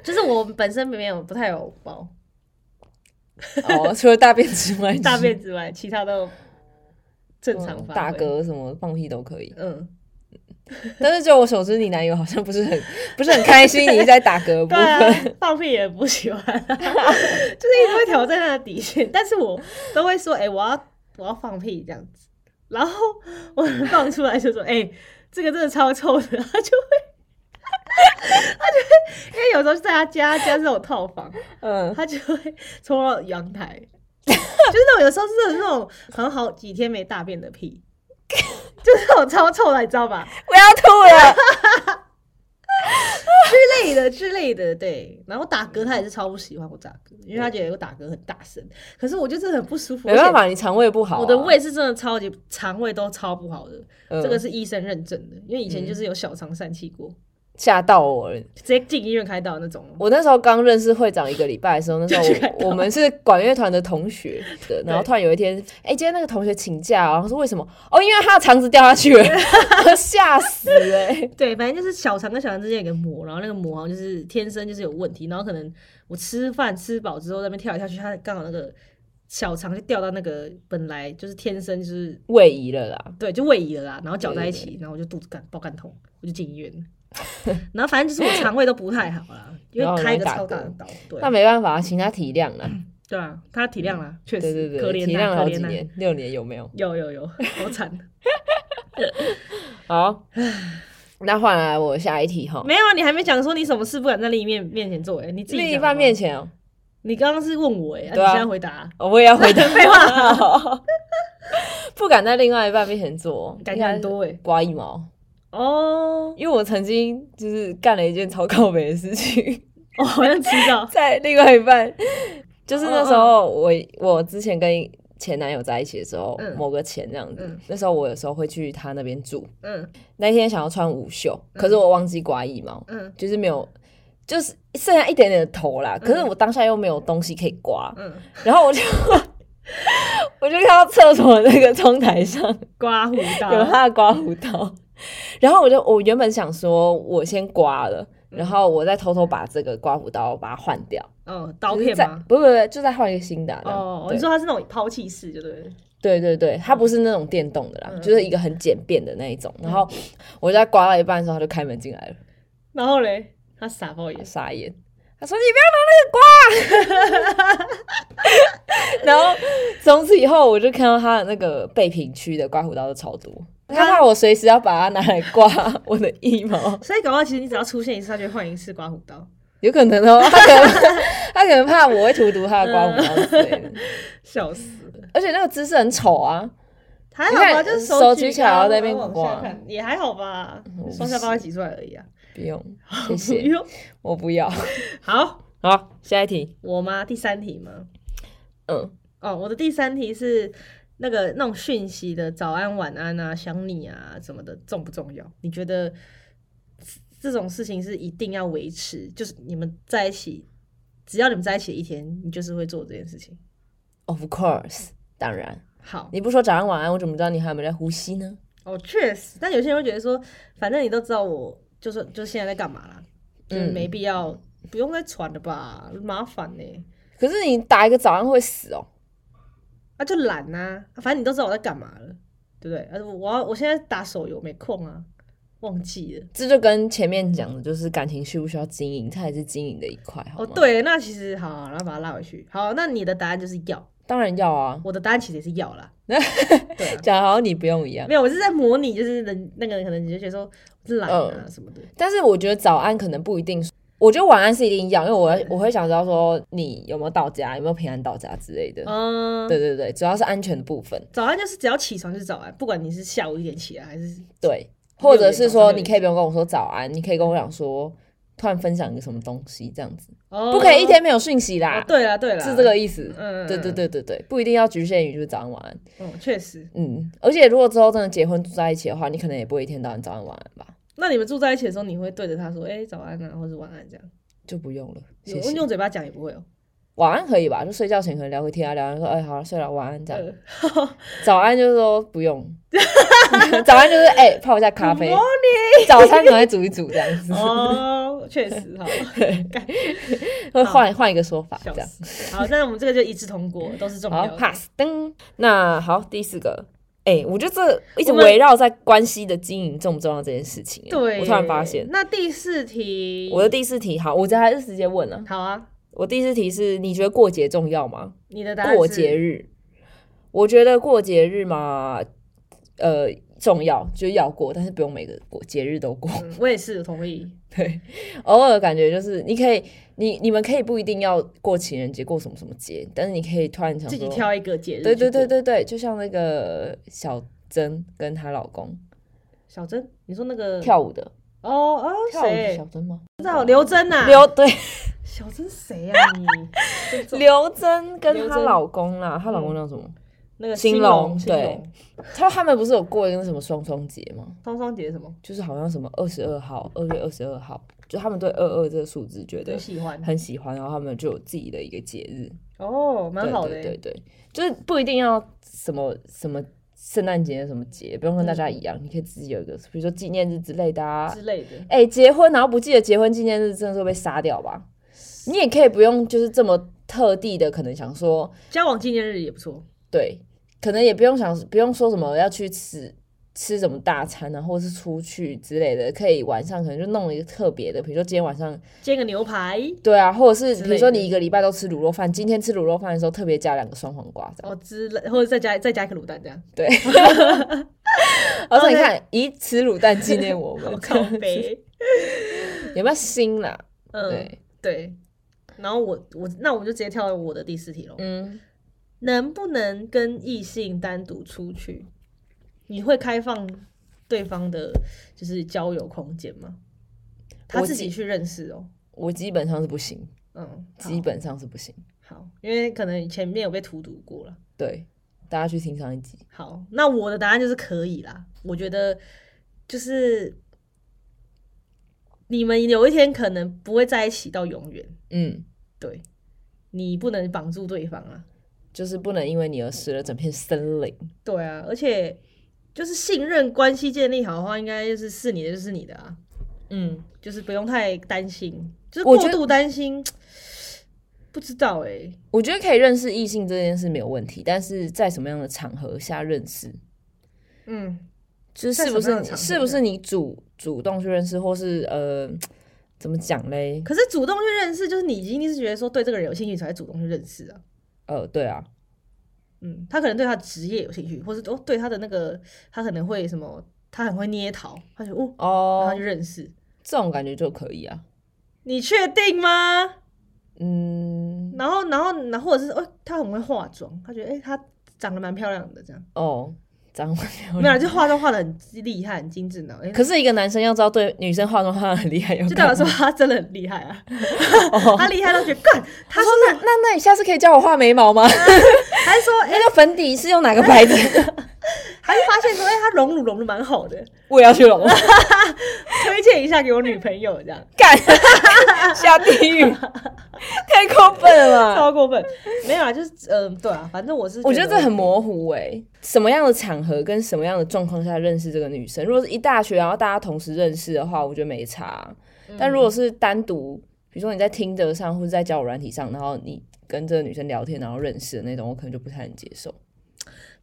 Speaker 1: 就是我本身没有不太有
Speaker 2: (laughs)
Speaker 1: 包，
Speaker 2: 哦，除了大便之外，
Speaker 1: 大便之外，其他都正常
Speaker 2: 嗯大。
Speaker 1: 发挥
Speaker 2: 哥什么放屁都可以。
Speaker 1: 嗯，
Speaker 2: 但是就我所知，你男友好像不是很 (laughs) 不是很开心，你一直在打嗝的部
Speaker 1: 对啊
Speaker 2: 分。，
Speaker 1: 放屁也不喜欢、啊，就是一直会挑战他的底线。但是我都会说，哎、我要我要放屁这样子，然后我放出来就说，哎、这个真的超臭的，他就会。他就会，因为有时候是在他家，家是那种套房，
Speaker 2: 嗯，
Speaker 1: 他就会冲到阳台，就是那种有时候是那种可能好几天没大便的屁，就是那种超臭的，你知道吧？
Speaker 2: 我要吐了。
Speaker 1: 之类的之类的，对。然后打嗝他也是超不喜欢我打嗝，因为他觉得我打嗝很大声，可是我就真的很不舒服，
Speaker 2: (laughs) 没办法，你肠胃不好、啊
Speaker 1: 而且我的，胃是真的超级肠胃都超不好的，
Speaker 2: 嗯
Speaker 1: 这个是医生认证的，因为以前就是有小肠疝气过，
Speaker 2: 吓到我了。
Speaker 1: 直接进医院开刀那种。
Speaker 2: 我那时候刚认识会长一个礼拜的时候，那时候
Speaker 1: (laughs) 就去开刀
Speaker 2: 我我们是管乐团的同学
Speaker 1: (laughs)
Speaker 2: 的，然后突然有一天，哎、今天那个同学请假、然后说为什么？哦，因为他的肠子掉下去了， (laughs) 吓死哎、
Speaker 1: (laughs) 对，反正就是小肠跟小肠之间有个膜，然后那个膜好像就是天生就是有问题，然后可能我吃饭吃饱之后在那边跳来跳去，它刚好那个小肠就掉到那个本来就是天生就是
Speaker 2: 位移了啦，
Speaker 1: 对，就位移了啦，然后搅在一起，
Speaker 2: 对
Speaker 1: 然后我就肚子干爆干痛，我就进医院了。然后反正就是我肠胃都不太好啦，因
Speaker 2: 然后
Speaker 1: 为开一
Speaker 2: 来
Speaker 1: 个
Speaker 2: 打
Speaker 1: 超大
Speaker 2: 嗝
Speaker 1: 的刀，对
Speaker 2: 那没办法，请他体谅啦，
Speaker 1: 对啊，他体谅啦，确
Speaker 2: 对
Speaker 1: 实
Speaker 2: 对
Speaker 1: 可
Speaker 2: 对，
Speaker 1: 怜
Speaker 2: 体
Speaker 1: 啊
Speaker 2: 谅好
Speaker 1: 可
Speaker 2: 几
Speaker 1: 怜啊
Speaker 2: 年，六年有没有？
Speaker 1: 有有
Speaker 2: (laughs)
Speaker 1: 有，好惨。 (sighs)
Speaker 2: 好，那换来我下一题哈，
Speaker 1: 没有啊，你还没讲说你什么事不敢在另一面面前做哎、你自己
Speaker 2: 另
Speaker 1: 讲
Speaker 2: 一
Speaker 1: 的
Speaker 2: 半
Speaker 1: 吗
Speaker 2: 面，前哦、
Speaker 1: 你刚刚是问我哎、啊
Speaker 2: 对啊
Speaker 1: 你现在回答啊、
Speaker 2: 我也要回 (laughs) 答废话，啊
Speaker 1: (laughs)
Speaker 2: 不敢在另外一半面前做，
Speaker 1: 感觉很多哎、
Speaker 2: 刮一毛。
Speaker 1: 哦，
Speaker 2: 因为我曾经就是干了一件超靠北的事情，，
Speaker 1: 我哦好像知道
Speaker 2: (laughs) 在另外一半，就是那时候我我之前跟前男友在一起的时候，
Speaker 1: 嗯
Speaker 2: 某个前这样子，
Speaker 1: 嗯
Speaker 2: 那时候我有时候会去他那边住，
Speaker 1: 嗯
Speaker 2: 那天想要穿无袖，可是我忘记刮腋毛，
Speaker 1: 嗯
Speaker 2: 就是没有。就是剩下一点点的头啦，可是我当下又没有东西可以刮，
Speaker 1: 嗯，
Speaker 2: 然后我就 (laughs) 我就看到厕所那个窗台上
Speaker 1: 刮胡刀，
Speaker 2: 有啊他的刮胡刀。然后我就我原本想说，我先刮了，然后我再偷偷把这个刮胡刀把它换掉，
Speaker 1: 哦，刀
Speaker 2: 就是
Speaker 1: 片
Speaker 2: 再
Speaker 1: 吗？
Speaker 2: 不不不，就再换一个新的啊、这样
Speaker 1: 哦，
Speaker 2: 对
Speaker 1: 你说它是那种抛弃式，就对了，
Speaker 2: 对对对，它不是那种电动的啦，
Speaker 1: 嗯
Speaker 2: 就是一个很简便的那一种。然后我在刮到一半的时候，他就开门进来了，
Speaker 1: 然后嘞，他傻爆眼，
Speaker 2: 傻眼。他说：“你不要拿那个刮。” (laughs) 然后从此以后，我就看到他的那个备品区的刮胡刀都超多，他怕我随时要把它拿来刮我的腋毛。
Speaker 1: 所以搞不好其实你只要出现一次，他就会换一次刮胡刀。
Speaker 2: 有可能哦，他可能他可能怕我会荼毒他的刮胡刀之类的，
Speaker 1: 笑死了，
Speaker 2: 而且那个姿势很丑啊，
Speaker 1: 还好
Speaker 2: (laughs)
Speaker 1: 吧，
Speaker 2: 你看
Speaker 1: 就是
Speaker 2: 手
Speaker 1: 举
Speaker 2: 举起来然后
Speaker 1: 高
Speaker 2: 在那边
Speaker 1: 往
Speaker 2: 刮
Speaker 1: 下看，也还好吧，双下巴会挤出来而已啊。
Speaker 2: 不用，谢
Speaker 1: (laughs) 不
Speaker 2: (laughs) 谢，
Speaker 1: 用
Speaker 2: 我不要。
Speaker 1: 好，
Speaker 2: 好，下一题，
Speaker 1: 我吗？第三题吗？
Speaker 2: 嗯，
Speaker 1: 哦，我的第三题是那个那种讯息的早安、晚安啊、想你啊什么的，重不重要？你觉得这这种事情是一定要维持？就是你们在一起，只要你们在一起一天，你就是会做这件事情。
Speaker 2: ，of course，当然，
Speaker 1: 好，
Speaker 2: 你不说早安晚安，我怎么知道你还有没有在呼吸呢？
Speaker 1: 哦，确实，但有些人会觉得说，反正你都知道我，就是就是现在在干嘛啦，就是
Speaker 2: 嗯
Speaker 1: 没必要，不用再传了吧，麻烦呢、
Speaker 2: 可是你打一个早安会死哦，
Speaker 1: 啊，就懒呐、啊，反正你都知道我在干嘛了，对不对？而且我要我现在打手游没空啊，忘记了。
Speaker 2: 这就跟前面讲的，就是感情需不需要经营，它也是经营的一块，好
Speaker 1: 哦，
Speaker 2: 吗？，
Speaker 1: 对，那其实好、然后把它拉回去。好，那你的答案就是要，
Speaker 2: 当然要啊，
Speaker 1: 我的答案其实也是
Speaker 2: (laughs)
Speaker 1: 要啦。对啊、
Speaker 2: 讲得好像你不用一样
Speaker 1: 没。有，我是在模拟，就是人那个人可能你就觉得说是懒
Speaker 2: 嗯
Speaker 1: 啊什么的，
Speaker 2: 但是我觉得早安可能不一定，我觉得晚安是一定要，因为我我会想知道说你有没有到家，有没有平安到家之类的。
Speaker 1: 嗯，
Speaker 2: 对对对，主要是安全的部分，
Speaker 1: 早安就是只要起床就是早安，不管你是下午一点起来还是
Speaker 2: 对，或者是说
Speaker 1: 六点早上六点
Speaker 2: 你可以不用跟我说早安，你可以跟我讲说突然分享一个什么东西这样子，
Speaker 1: 哦，
Speaker 2: 不可以一天没有讯息啦
Speaker 1: 哦，，对啦对啦，
Speaker 2: 是这个意思。
Speaker 1: 嗯，嗯，
Speaker 2: 对对
Speaker 1: 嗯，
Speaker 2: 对对对，不一定要局限于就是早安晚安，
Speaker 1: 嗯，确实。
Speaker 2: 嗯，而且如果之后真的结婚住在一起的话，你可能也不会一天到晚早安晚安吧，
Speaker 1: 那你们住在一起的时候，你会对着他说“哎、早安啊”或者“晚安”这样，
Speaker 2: 就不用了，谢
Speaker 1: 用
Speaker 2: 谢。
Speaker 1: 用嘴巴讲也不会哦、
Speaker 2: 晚安可以吧？就睡觉前可能聊个天啊，聊
Speaker 1: (laughs)
Speaker 2: 完说哎好了睡了，晚安这样。
Speaker 1: 呃
Speaker 2: 早安就是说不用， (laughs) 早安就是哎、泡一下咖啡
Speaker 1: Good，
Speaker 2: 早餐赶快煮一煮这样
Speaker 1: (laughs)
Speaker 2: 子，
Speaker 1: 哦，确实哈，
Speaker 2: 会呃换换一个说法这
Speaker 1: 笑
Speaker 2: 样。 (laughs)
Speaker 1: 死。好，那我们这个就一致通过，都是重
Speaker 2: 好
Speaker 1: 要的。
Speaker 2: ，pass 噔。那好，第四个，哎、我觉得这一直
Speaker 1: 我们
Speaker 2: 围绕在关系的经营重不重要这件事情。哎
Speaker 1: 对，
Speaker 2: 我突然发现，
Speaker 1: 那第四题，
Speaker 2: 我的第四题，好，我这还是直接问了、
Speaker 1: 好啊，
Speaker 2: 我第四题是，你觉得过节重要吗？
Speaker 1: 你的答案
Speaker 2: 过节
Speaker 1: 日
Speaker 2: 日，我觉得过节日嘛，呃，重要就是要过，但是不用每个过节日都过。 (laughs)
Speaker 1: 嗯我也是同意。
Speaker 2: 对，偶尔感觉就是你可以，你你们可以不一定要过情人节，过什么什么节，但是你可以突然想
Speaker 1: 自己
Speaker 2: 说
Speaker 1: 挑一个节日去
Speaker 2: 对
Speaker 1: 过。
Speaker 2: 对对对对，就像那个小珍跟她老公
Speaker 1: 嗯小珍，你说那个
Speaker 2: 跳舞的，
Speaker 1: 哦哦，
Speaker 2: 跳舞的
Speaker 1: 谁啊
Speaker 2: 小？珍吗？
Speaker 1: 知道刘真呐？
Speaker 2: 刘对
Speaker 1: 小珍谁呀？你真重
Speaker 2: 刘珍跟
Speaker 1: 刘
Speaker 2: 她
Speaker 1: 真
Speaker 2: 老公啦，她老
Speaker 1: 嗯
Speaker 2: 公叫什么？
Speaker 1: 那个
Speaker 2: 兴
Speaker 1: 兴
Speaker 2: 隆
Speaker 1: 隆，
Speaker 2: 对
Speaker 1: 兴隆
Speaker 2: 他他们不是有过一个什么双双节吗？
Speaker 1: 双双节什么？
Speaker 2: 就是好像什么二十二号，二月二十二号，就他们对二二这个数字觉得
Speaker 1: 很
Speaker 2: (laughs)
Speaker 1: 喜欢
Speaker 2: 很喜欢，然后他们就有自己的一个节日。
Speaker 1: 哦，蛮好的
Speaker 2: 对
Speaker 1: 欸。
Speaker 2: 对对对，就是不一定要什么什么圣诞节什么节，不用跟大
Speaker 1: 嗯
Speaker 2: 家一样，你可以自己有一个，比如说纪念日之类的啊
Speaker 1: 之。类的，
Speaker 2: 哎、结婚然后不记得结婚纪念日，真的是会被杀掉吧？你也可以不用，就是这么特地的，可能想说，
Speaker 1: 交往纪念日也不错。
Speaker 2: 对，可能也不用想，不用说什么要去吃吃什么大餐啊，或是出去之类的，可以晚上可能就弄一个特别的，比如说今天晚上，
Speaker 1: 煎个
Speaker 2: (laughs)
Speaker 1: 牛排
Speaker 2: 对啊，或者是
Speaker 1: 之
Speaker 2: 比如说
Speaker 1: 类的
Speaker 2: 你一个礼拜都吃卤肉饭，今天吃卤肉饭的时候特别加两个酸黄瓜，这样。
Speaker 1: 哦之类，或者再加再加一颗卤蛋这
Speaker 2: (laughs)
Speaker 1: 样。
Speaker 2: 对，而且你看，以此卤蛋纪念我们
Speaker 1: 我，哦靠
Speaker 2: (laughs)
Speaker 1: 北，
Speaker 2: 有没有新啦？
Speaker 1: 嗯
Speaker 2: 对，
Speaker 1: 对。然后我我那我们就直接跳到我的第四题喽。
Speaker 2: 嗯，
Speaker 1: 能不能跟异性单独出去？你会开放对方的，就是交友空间吗？他
Speaker 2: 我
Speaker 1: 自
Speaker 2: 记
Speaker 1: 己去认识哦。
Speaker 2: 我基本上是不行，
Speaker 1: 嗯，好
Speaker 2: 基本上是不行。
Speaker 1: 好，因为可能前面有被荼毒过了。
Speaker 2: 对，大家去听上一集。
Speaker 1: 好，那我的答案就是可以啦。我觉得就是你们有一天可能不会在一起到永远，
Speaker 2: 嗯，
Speaker 1: 对你不能绑住对方啊。
Speaker 2: 就是不能因为你而失了整片森林。
Speaker 1: 对啊，而且就是信任关系建立好的话，应该就是是你的就是你的啊，
Speaker 2: 嗯，
Speaker 1: 就是不用太担心，就是
Speaker 2: 我
Speaker 1: 过
Speaker 2: 觉得
Speaker 1: 度担心，不知道哎、
Speaker 2: 我觉得可以认识异性这件事没有问题，但是在什么样的场合下认识，
Speaker 1: 嗯，
Speaker 2: 就是
Speaker 1: 在
Speaker 2: 是不
Speaker 1: 什么样的
Speaker 2: 是
Speaker 1: 场合
Speaker 2: 是不是你主主动去认识，或是呃，怎么讲嘞？
Speaker 1: 可是主动去认识，就是你一定是觉得说对这个人有兴趣，你才会主动去认识啊。
Speaker 2: 呃，对啊，
Speaker 1: 嗯，他可能对他职业有兴趣，或是哦对他的那个，他可能会什么，他很会捏陶，他就哦，然后
Speaker 2: 哦
Speaker 1: 他，就认识。
Speaker 2: 这种感觉就可以啊。
Speaker 1: 你确定吗？
Speaker 2: 嗯，
Speaker 1: 然后，然后，然后或者是哦，他很会化妆，他觉得哎、他长得蛮漂亮的，这样
Speaker 2: 哦，长得漂
Speaker 1: 没有
Speaker 2: 亮。
Speaker 1: 啦，就化妆化的很厉害，很精致呢。哎、
Speaker 2: 可是一个男生要知道对女生化妆化的很厉害，有
Speaker 1: 就代
Speaker 2: 干
Speaker 1: 表说
Speaker 2: 嘛
Speaker 1: 他真的很厉害啊，
Speaker 2: 哦
Speaker 1: 他厉害到觉得干，他说
Speaker 2: 那那那你下次可以教我画眉毛
Speaker 1: (laughs)
Speaker 2: 吗？
Speaker 1: 还说哎、
Speaker 2: 那个粉底是用哪个牌子？
Speaker 1: 还发现说哎、他融乳融的蛮好的，
Speaker 2: 我也要去龙
Speaker 1: 推荐一下给我女朋友这样。
Speaker 2: (laughs) 干 (laughs) 下地
Speaker 1: (laughs)
Speaker 2: 狱，太过分了吧。
Speaker 1: 超过分，没有啊，就是嗯、对啊，反正我是
Speaker 2: 我觉得这很
Speaker 1: 我
Speaker 2: 模糊哎、什么样的场合跟什么样的状况下认识这个女生？如果是一大学，然后大家同时认识的话，我觉得没差。
Speaker 1: 嗯
Speaker 2: 但如果是单独，比如说你在听得上或者在交友软体上，然后你跟这个女生聊天，然后认识的那种，我可能就不太能接受。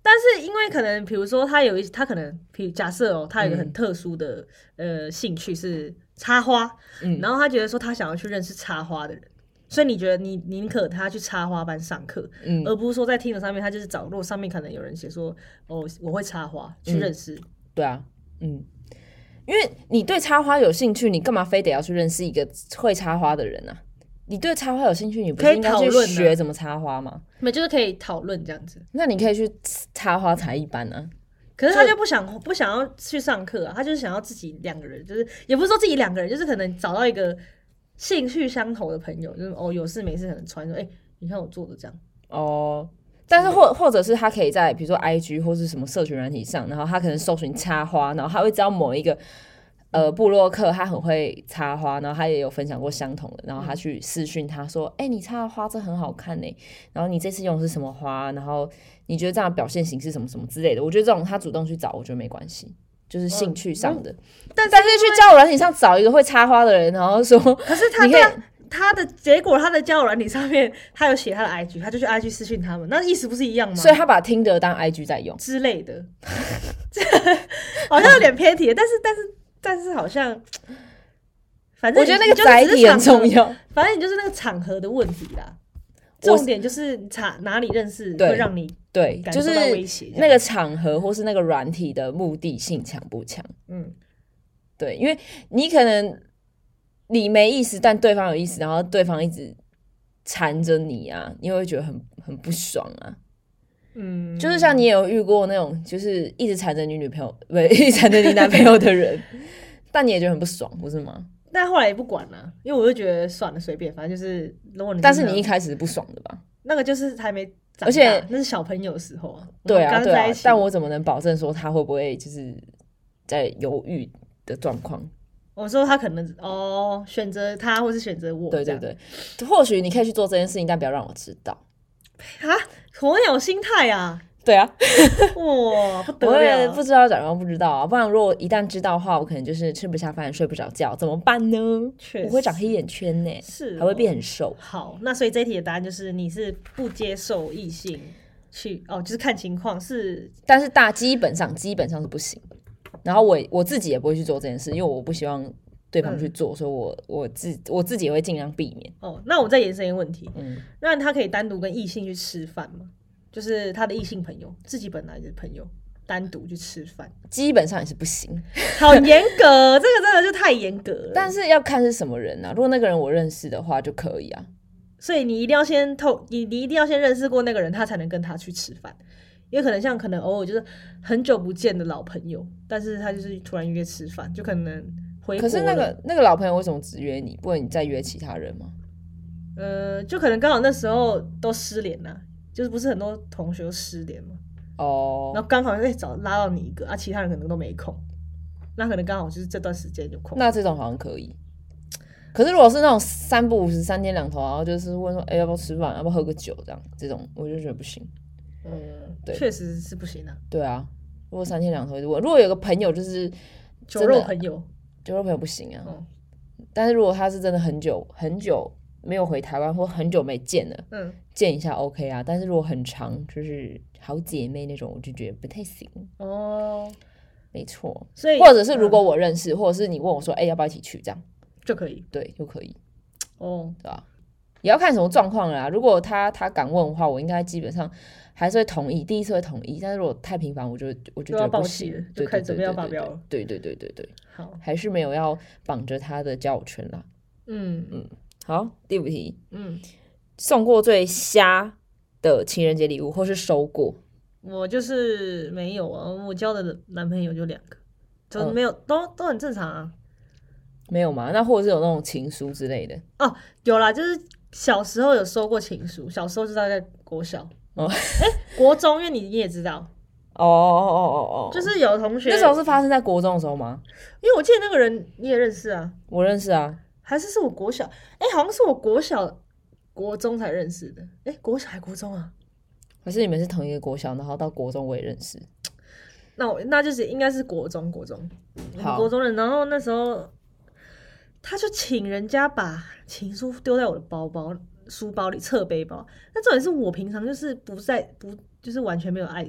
Speaker 1: 但是因为可能，比如说他有一，他可能，比如假设哦，他有一个
Speaker 2: 嗯
Speaker 1: 很特殊的、呃兴趣是插花，
Speaker 2: 嗯
Speaker 1: 然后他觉得说他想要去认识插花的人，所以你觉得你宁可他去插花班上课，
Speaker 2: 嗯
Speaker 1: 而不是说在听的上面，他就是找，如果上面可能有人写说哦我会插花去认识，
Speaker 2: 对啊，嗯，因为你对插花有兴趣，你干嘛非得要去认识一个会插花的人啊？你对插花有兴趣，你不
Speaker 1: 可
Speaker 2: 是
Speaker 1: 以
Speaker 2: 应该
Speaker 1: 讨
Speaker 2: 去
Speaker 1: 论啊
Speaker 2: 学怎么插花吗？
Speaker 1: 那、就是可以讨论这样子。
Speaker 2: 那你可以去插花才艺班啊。
Speaker 1: 可是他就不想不想要去上课啊，他就是想要自己两个人，就是也不是说自己两个人，就是可能找到一个兴趣相投的朋友，就是哦有事没事可能传说，哎、你看我做的这样。
Speaker 2: 哦，但是或或者是他可以在比如说 IG 或是什么社群软体上，然后他可能搜寻插花，然后他会知道某一个呃布洛克他很会插花，然后他也有分享过相同的，然后他去私讯他说：“哎、你插的花真很好看呢、然后你这次用的是什么花？然后你觉得这样的表现形式什么什么之类的？”我觉得这种他主动去找，我觉得没关系。就是兴趣上的，
Speaker 1: 但
Speaker 2: 但是去交友软体上找一个会插花的人，然后说，
Speaker 1: 可是他
Speaker 2: 你可
Speaker 1: 这
Speaker 2: 以
Speaker 1: 样，他的结果，他的交友软体上面，他有写他的 IG，他就去 IG 私讯他们，那意思不是一样吗？
Speaker 2: 所以他把听得当 IG 在用。
Speaker 1: 之类的， (laughs) 好像有点偏题，但是但是但是好像，反正
Speaker 2: 我觉得那
Speaker 1: 你
Speaker 2: 个
Speaker 1: 就
Speaker 2: 载
Speaker 1: 只是
Speaker 2: 体很
Speaker 1: 场合
Speaker 2: 重，要。
Speaker 1: 反正你就是那个场合的问题啦。
Speaker 2: 我
Speaker 1: 重点就是你查哪里认识
Speaker 2: 对
Speaker 1: 会让你
Speaker 2: 对，
Speaker 1: 嗯感
Speaker 2: 就
Speaker 1: 受
Speaker 2: 是
Speaker 1: 到威胁这样
Speaker 2: 那个场合或是那个软体的目的性强不强？
Speaker 1: 嗯
Speaker 2: 对，因为你可能你没意思，但对方有意思，然后对方一直缠着你啊，你会觉得很很不爽啊。
Speaker 1: 嗯，
Speaker 2: 就是像你也有遇过那种，就是一直缠着你女朋友， (laughs) 不，一直缠着你男朋友的人， (laughs) 但你也觉得很不爽，不是吗？
Speaker 1: 但后来也不管了，因为我就觉得算了，随便，反正就是如果你
Speaker 2: 但是你
Speaker 1: 真
Speaker 2: 一
Speaker 1: 的
Speaker 2: 开始是不爽的吧？
Speaker 1: 那个就是还没长大，
Speaker 2: 而且
Speaker 1: 那是小朋友的时候啊，
Speaker 2: 对啊，
Speaker 1: 刚
Speaker 2: 对
Speaker 1: 在
Speaker 2: 啊
Speaker 1: 一起，。
Speaker 2: 但我怎么能保证说他会不会就是在犹豫的状况？
Speaker 1: 我说他可能哦选择他，或是选择我，
Speaker 2: 对
Speaker 1: 这
Speaker 2: 对
Speaker 1: 样
Speaker 2: 对，或许你可以去做这件事情，但不要让我知道。
Speaker 1: 啊，鸵鸟心态啊，
Speaker 2: 对啊，
Speaker 1: 哇，不
Speaker 2: 我
Speaker 1: 得
Speaker 2: 也
Speaker 1: 了，
Speaker 2: 不知道，假装不知道啊。不然如果一旦知道的话，我可能就是吃不下饭、睡不着觉，怎么办呢？
Speaker 1: 确实
Speaker 2: 我会长黑眼圈呢、
Speaker 1: 是哦
Speaker 2: 还会变很瘦。
Speaker 1: 好。那所以这一题的答案就是你是不接受异性去哦，就是看情况是
Speaker 2: 但是大基本上基本上是不行的。然后我我自己也不会去做这件事，因为我不希望对方去
Speaker 1: 嗯
Speaker 2: 做，所以我我自我自己也会尽量避免。
Speaker 1: 哦。那我再延伸一个问题，
Speaker 2: 嗯，
Speaker 1: 那他可以单独跟异性去吃饭吗？就是他的异性朋友，自己本来的朋友。单独去
Speaker 2: (laughs)
Speaker 1: 吃饭，
Speaker 2: 基本上也是不行，
Speaker 1: 好严格，这个真的就太严格了。
Speaker 2: 但是要看是什么人啊。如果那个人我认识的话就可以啊。
Speaker 1: 所以你一定要先透，你你一定要先认识过那个人，他才能跟他去吃饭。也可能像可能偶尔就是很久不见的老朋友，但是他就是突然约吃饭，就可能回国
Speaker 2: 可是那
Speaker 1: 了
Speaker 2: 个那个老朋友为什么只约你，不然你再约其他人吗？
Speaker 1: 呃，就可能刚好那时候都失联了、就是不是很多同学都失联嘛，
Speaker 2: 哦、
Speaker 1: 然后刚好再找拉到你一个，啊，其他人可能都没空，那可能刚好就是这段时间有空。
Speaker 2: 那这种好像可以。可是如果是那种三不五时、三天两头，然后就是问说，哎、要不要吃饭，要不要喝个酒，这样这种，我就觉得不行。
Speaker 1: 嗯，
Speaker 2: 对
Speaker 1: 确实是不行啊，
Speaker 2: 对啊，如果三天两头一直问，如果有个朋友就是
Speaker 1: 酒肉朋友，
Speaker 2: 酒肉朋友不行啊。
Speaker 1: 嗯
Speaker 2: 但是如果他是真的很久很久没有回台湾，或很久没见了，
Speaker 1: 嗯，
Speaker 2: 见一下 OK 啊。但是如果很长，就是好姐妹那种，我就觉得不太行。
Speaker 1: 哦，
Speaker 2: 没错，
Speaker 1: 所以
Speaker 2: 或者是如果
Speaker 1: 嗯
Speaker 2: 我认识，或者是你问我说，哎、要不要一起去？这样
Speaker 1: 就可以
Speaker 2: 对就可以。
Speaker 1: 哦，
Speaker 2: 对吧？也要看什么状况啦。如果他他敢问的话，我应该基本上还是会同意，第一次会同意。但是如果太频繁，我就我就
Speaker 1: 就
Speaker 2: 觉
Speaker 1: 要
Speaker 2: 得
Speaker 1: 爆
Speaker 2: 不
Speaker 1: 气了
Speaker 2: 行，
Speaker 1: 就
Speaker 2: 对
Speaker 1: 开
Speaker 2: 对
Speaker 1: 始准
Speaker 2: 对
Speaker 1: 备要
Speaker 2: 对
Speaker 1: 发
Speaker 2: 对
Speaker 1: 飙
Speaker 2: 对
Speaker 1: 了
Speaker 2: 对对对对对，
Speaker 1: 好，
Speaker 2: 还是没有要绑着他的交友圈啦。
Speaker 1: 嗯嗯
Speaker 2: 好，第五题，
Speaker 1: 嗯。
Speaker 2: 送过最瞎的情人节礼物，或是收过，
Speaker 1: 我就是没有啊，我交的男朋友就两个，就
Speaker 2: 嗯
Speaker 1: 没有，都都很正常啊。
Speaker 2: 没有吗？那或者是有那种情书之类的，
Speaker 1: 哦，有啦，就是小时候有收过情书，小时候就大概国小， (laughs)
Speaker 2: 哦
Speaker 1: 国中，因为你你也知道，
Speaker 2: 哦哦哦哦哦，
Speaker 1: 就是有同学
Speaker 2: 那时候是发生在国中的时候吗？
Speaker 1: 因为我记得那个人你也认识啊，
Speaker 2: 我认识啊，
Speaker 1: 还是是我国小，哎、好像是我国小、国中才认识的，哎、国小还国中啊？
Speaker 2: 可是你们是同一个国小，然后到国中我也认识，
Speaker 1: 那我那就是应该是国中，国中，我们
Speaker 2: 好
Speaker 1: 国中人。然后那时候他就请人家把情书丢在我的包包、书包里、侧背包。那重点是我平常就是不在不就是完全没有爱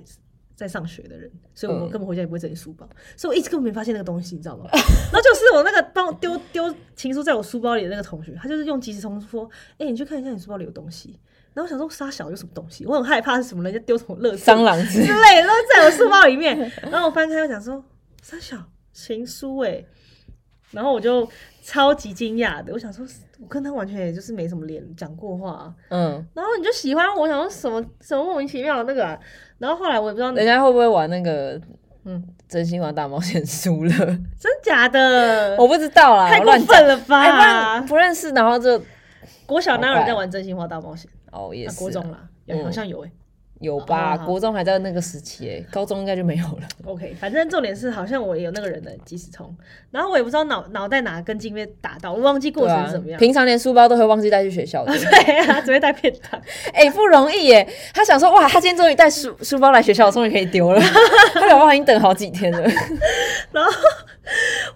Speaker 1: 在上学的人，所以我
Speaker 2: 嗯
Speaker 1: 根本回家也不会整理书包，所以我一直根本没发现那个东西，你知道吗？ (laughs) 然后就是我那个帮我丢丢情书在我书包里的那个同学，他就是用即时通知说：“哎、你去看一下你书包里有东西。”然后我想说，傻小有什么东西？我很害怕是什么人家丢什么垃圾
Speaker 2: 蟑螂之类的
Speaker 1: 之类的都在我书包里面。 (laughs) 然后我翻开，我想说三小情书哎、然后我就超级惊讶的，我想说，我跟他完全也就是没什么脸讲过话啊、
Speaker 2: 嗯。
Speaker 1: 然后你就喜欢我，想说什么什么莫名其妙的那个啊、然后后来我也不知道
Speaker 2: 人家会不会玩那个
Speaker 1: 嗯
Speaker 2: 真心话大冒险输了？ (laughs)
Speaker 1: 真假的，
Speaker 2: 我不知道啦，
Speaker 1: 太
Speaker 2: 我
Speaker 1: 过
Speaker 2: 哦乱讲。
Speaker 1: 分了啊
Speaker 2: 哎、不然
Speaker 1: 吧？
Speaker 2: 不认识，然后就
Speaker 1: 国小哪有人
Speaker 2: 好
Speaker 1: 在
Speaker 2: 怪
Speaker 1: 玩真心话大冒险？
Speaker 2: 哦也
Speaker 1: 啊
Speaker 2: 是、，
Speaker 1: 国中啦，
Speaker 2: 嗯
Speaker 1: 好像有哎、
Speaker 2: 有吧？
Speaker 1: 哦好
Speaker 2: 国中还在那个时期、哎，高中应该就没有了。
Speaker 1: OK，反正重点是，好像我也有那个人的即时通，然后我也不知道脑脑袋哪根筋被打到，我忘记过
Speaker 2: 对
Speaker 1: 程
Speaker 2: 啊
Speaker 1: 是怎么样。
Speaker 2: 平常连书包都会忘记带去学校的， (laughs)
Speaker 1: (laughs) 对啊，只会带便当。
Speaker 2: 哎、不容易耶！他想说，哇，他今天终于带书书包来学校，我终于可以丢了。 (laughs) 他老爸已经等好几天了。 (laughs)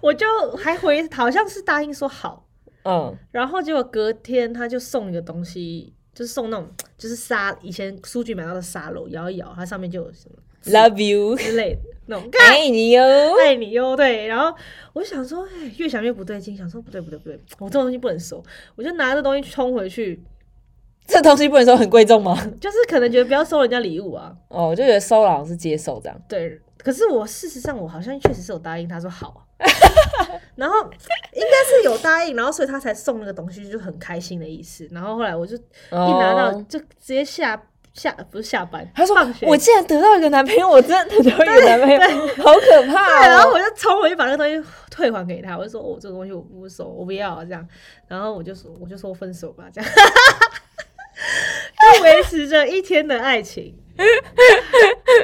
Speaker 1: 我就还回，好像是答应说好，
Speaker 2: 嗯，
Speaker 1: 然后结果隔天他就送一个东西，就是送那种就是沙，以前书局买到的沙漏，摇一摇，它上面就有什么
Speaker 2: Love
Speaker 1: (laughs)
Speaker 2: you，
Speaker 1: 之类的那种。 (laughs)
Speaker 2: 爱你哟。
Speaker 1: 爱你哟，对，然后我就想说，哎，越想越不对劲，想说不对不对不对，我这种东西不能收，我就拿着东西冲回去，
Speaker 2: 这东西不能说很贵重吗？
Speaker 1: 就是可能觉得不要收人家礼物啊，
Speaker 2: 哦，我就觉得收了好像是接受这样。
Speaker 1: 对，可是我事实上我好像确实是有答应他说
Speaker 2: (laughs)
Speaker 1: 好啊，然后应该是有答应，然后所以他才送那个东西，就很开心的意思。然后后来我就一
Speaker 2: 一
Speaker 1: 拿到就直接下下不是下班，
Speaker 2: 哦他说
Speaker 1: 放学
Speaker 2: 我竟然得到一个男朋友， (laughs) 我真的得到一个男朋友，好可
Speaker 1: 对，然
Speaker 2: 怕
Speaker 1: 后
Speaker 2: 哦！
Speaker 1: 我就冲回去把那个东西退还给他，我就说哦、这个东西我不收，我不要啊这样，然后我就说我就说分手吧这样，就维持着一天的
Speaker 2: (laughs)
Speaker 1: 爱情，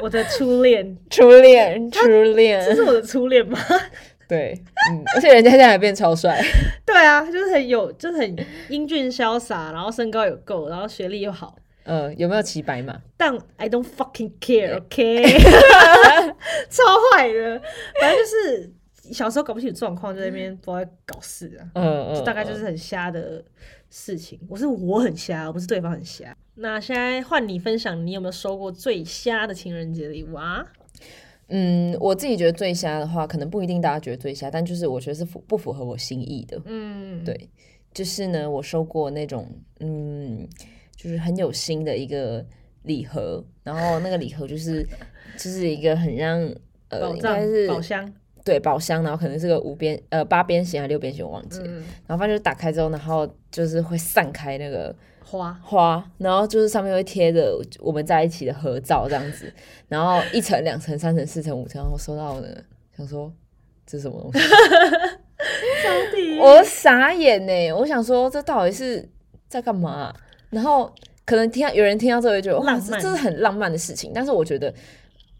Speaker 1: 我的初恋，
Speaker 2: 初恋，初
Speaker 1: 这
Speaker 2: 恋，
Speaker 1: 是我的初恋吗？
Speaker 2: 对，嗯，而且人家现在还变超帅， (laughs)
Speaker 1: 对啊，就是很有，就是很英俊潇洒，然后身高有够，然后学历又好。
Speaker 2: 嗯，有没有骑白马？
Speaker 1: 但 I don't fucking care，OK，、超坏的。反正就是小时候搞不清楚状况，就在那边不知道在搞事啊，
Speaker 2: 嗯嗯，
Speaker 1: 大概就是很瞎的事情。我是我很瞎，不是对方很瞎。那现在换你分享，你有没有收过最瞎的情人节礼物啊？
Speaker 2: 嗯，我自己觉得最瞎的话，可能不一定大家觉得最瞎，但就是我觉得是符不符合我心意的。
Speaker 1: 嗯，
Speaker 2: 对就是呢，我收过那种嗯，就是很有心的一个礼盒，然后那个礼盒就是就是一个很让呃，
Speaker 1: 宝
Speaker 2: 应
Speaker 1: 藏
Speaker 2: 该是、
Speaker 1: 宝箱，
Speaker 2: 对宝箱，然后可能是个五边呃八边形还是六边形，我忘记了。
Speaker 1: 嗯，
Speaker 2: 然后反正就打开之后，然后就是会散开那个
Speaker 1: 花，
Speaker 2: 花，然后就是上面会贴着我们在一起的合照这样子，然后一层、两层、三层、四层、五层，然后收到呢，想说这是什么东西，
Speaker 1: 到底
Speaker 2: 我傻眼呢，我想说这到底是在干嘛啊、然后可能听到有人听到这会觉得哇，
Speaker 1: 浪
Speaker 2: 这
Speaker 1: 漫
Speaker 2: 这是很浪漫的事情，但是我觉得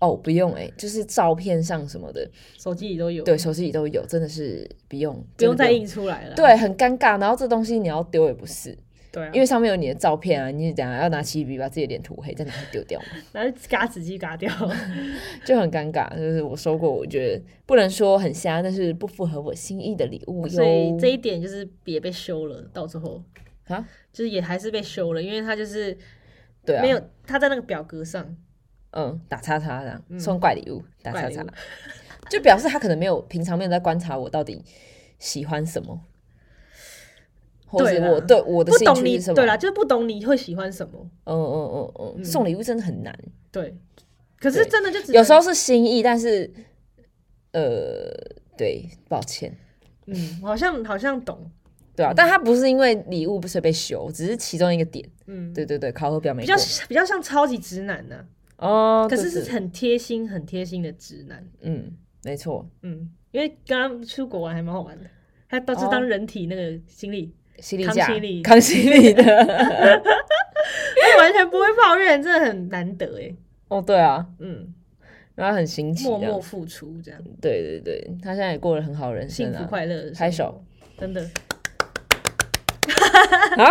Speaker 2: 哦不用哎，就是照片上什么的，
Speaker 1: 手机里都有，
Speaker 2: 对，手机里都有，真的是不用，
Speaker 1: 不
Speaker 2: 真
Speaker 1: 用
Speaker 2: 的
Speaker 1: 再印出来了。
Speaker 2: 对，很尴尬。然后这东西你要丢也不是，
Speaker 1: 对啊，
Speaker 2: 因为上面有你的照片啊，你等下要拿起笔把自己的脸涂黑，再拿去丢掉嘛，
Speaker 1: 然后嘎子
Speaker 2: (laughs)
Speaker 1: 机嘎掉，
Speaker 2: 就很尴尬。就是我收过，我觉得不能说很瞎，但是不符合我心意的礼物哟。
Speaker 1: 所以这一点就是也被修了。到最后
Speaker 2: 啊，
Speaker 1: 就是也还是被修了，因为他就是
Speaker 2: 对啊，
Speaker 1: 没有、他在那个表格上，
Speaker 2: 嗯，打叉叉这样
Speaker 1: 嗯
Speaker 2: 送怪礼物，打叉
Speaker 1: 怪礼
Speaker 2: 叉
Speaker 1: 物，
Speaker 2: 就表示他可能没有平常没有在观察我到底喜欢什么，或
Speaker 1: 对
Speaker 2: 者
Speaker 1: 啦
Speaker 2: 我对我的
Speaker 1: 不
Speaker 2: 兴
Speaker 1: 懂
Speaker 2: 趣
Speaker 1: 你
Speaker 2: 是什么。
Speaker 1: 对啦，就是不懂你会喜欢什么。
Speaker 2: 嗯嗯嗯嗯，
Speaker 1: 嗯
Speaker 2: 送礼物真的很难，
Speaker 1: 对，可是
Speaker 2: 对
Speaker 1: 真的就只
Speaker 2: 有时
Speaker 1: 能
Speaker 2: 候是心意，但是呃，对，抱歉。
Speaker 1: 嗯，好像好像懂，
Speaker 2: 对啊，但他不是因为礼物不是被修，只是其中一个点。
Speaker 1: 嗯，
Speaker 2: 对对对，考核表没
Speaker 1: 比
Speaker 2: 过
Speaker 1: 较。比较像超级直男呢、
Speaker 2: 哦，
Speaker 1: 可是
Speaker 2: 对
Speaker 1: 是很贴心很贴心的直男，
Speaker 2: 嗯，没错，
Speaker 1: 嗯，因为刚刚出国玩还蛮好玩的，他到处
Speaker 2: 哦
Speaker 1: 当人体那个经历， (laughs)
Speaker 2: 犀利
Speaker 1: 康
Speaker 2: 架
Speaker 1: 熙力，
Speaker 2: 康熙力的。
Speaker 1: 他完全不会抱怨，真的很难得哎，
Speaker 2: 哦，对啊，
Speaker 1: 嗯，
Speaker 2: 然后很新奇
Speaker 1: 默默
Speaker 2: 的。
Speaker 1: 付出这样，
Speaker 2: 对对对，他现在也过了很好的人
Speaker 1: 幸
Speaker 2: 生
Speaker 1: 福
Speaker 2: 啊。
Speaker 1: 快乐，
Speaker 2: 拍
Speaker 1: (laughs)
Speaker 2: 手，
Speaker 1: 真的
Speaker 2: 好，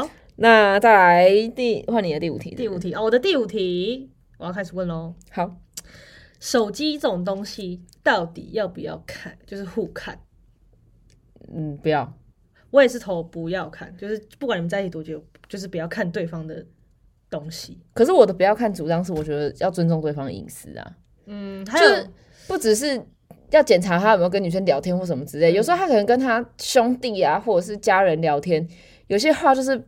Speaker 1: 好。
Speaker 2: 那再来第换你的第五题。
Speaker 1: 第五题哦，我的第五题，我要开始问喽。
Speaker 2: 好，
Speaker 1: 手机这种东西到底要不要看？就是互看。
Speaker 2: 嗯，不要，
Speaker 1: 我也是投不要看，就是不管你们在一起多久，就是不要看对方的东西。
Speaker 2: 可是我的不要看主张是，我觉得要尊重对方的隐私啊。
Speaker 1: 嗯，还
Speaker 2: 就
Speaker 1: 有、
Speaker 2: 是不只是要检查他有没有跟女生聊天或什么之类，有时候他可能跟他兄弟啊或者是家人聊天，有些话就是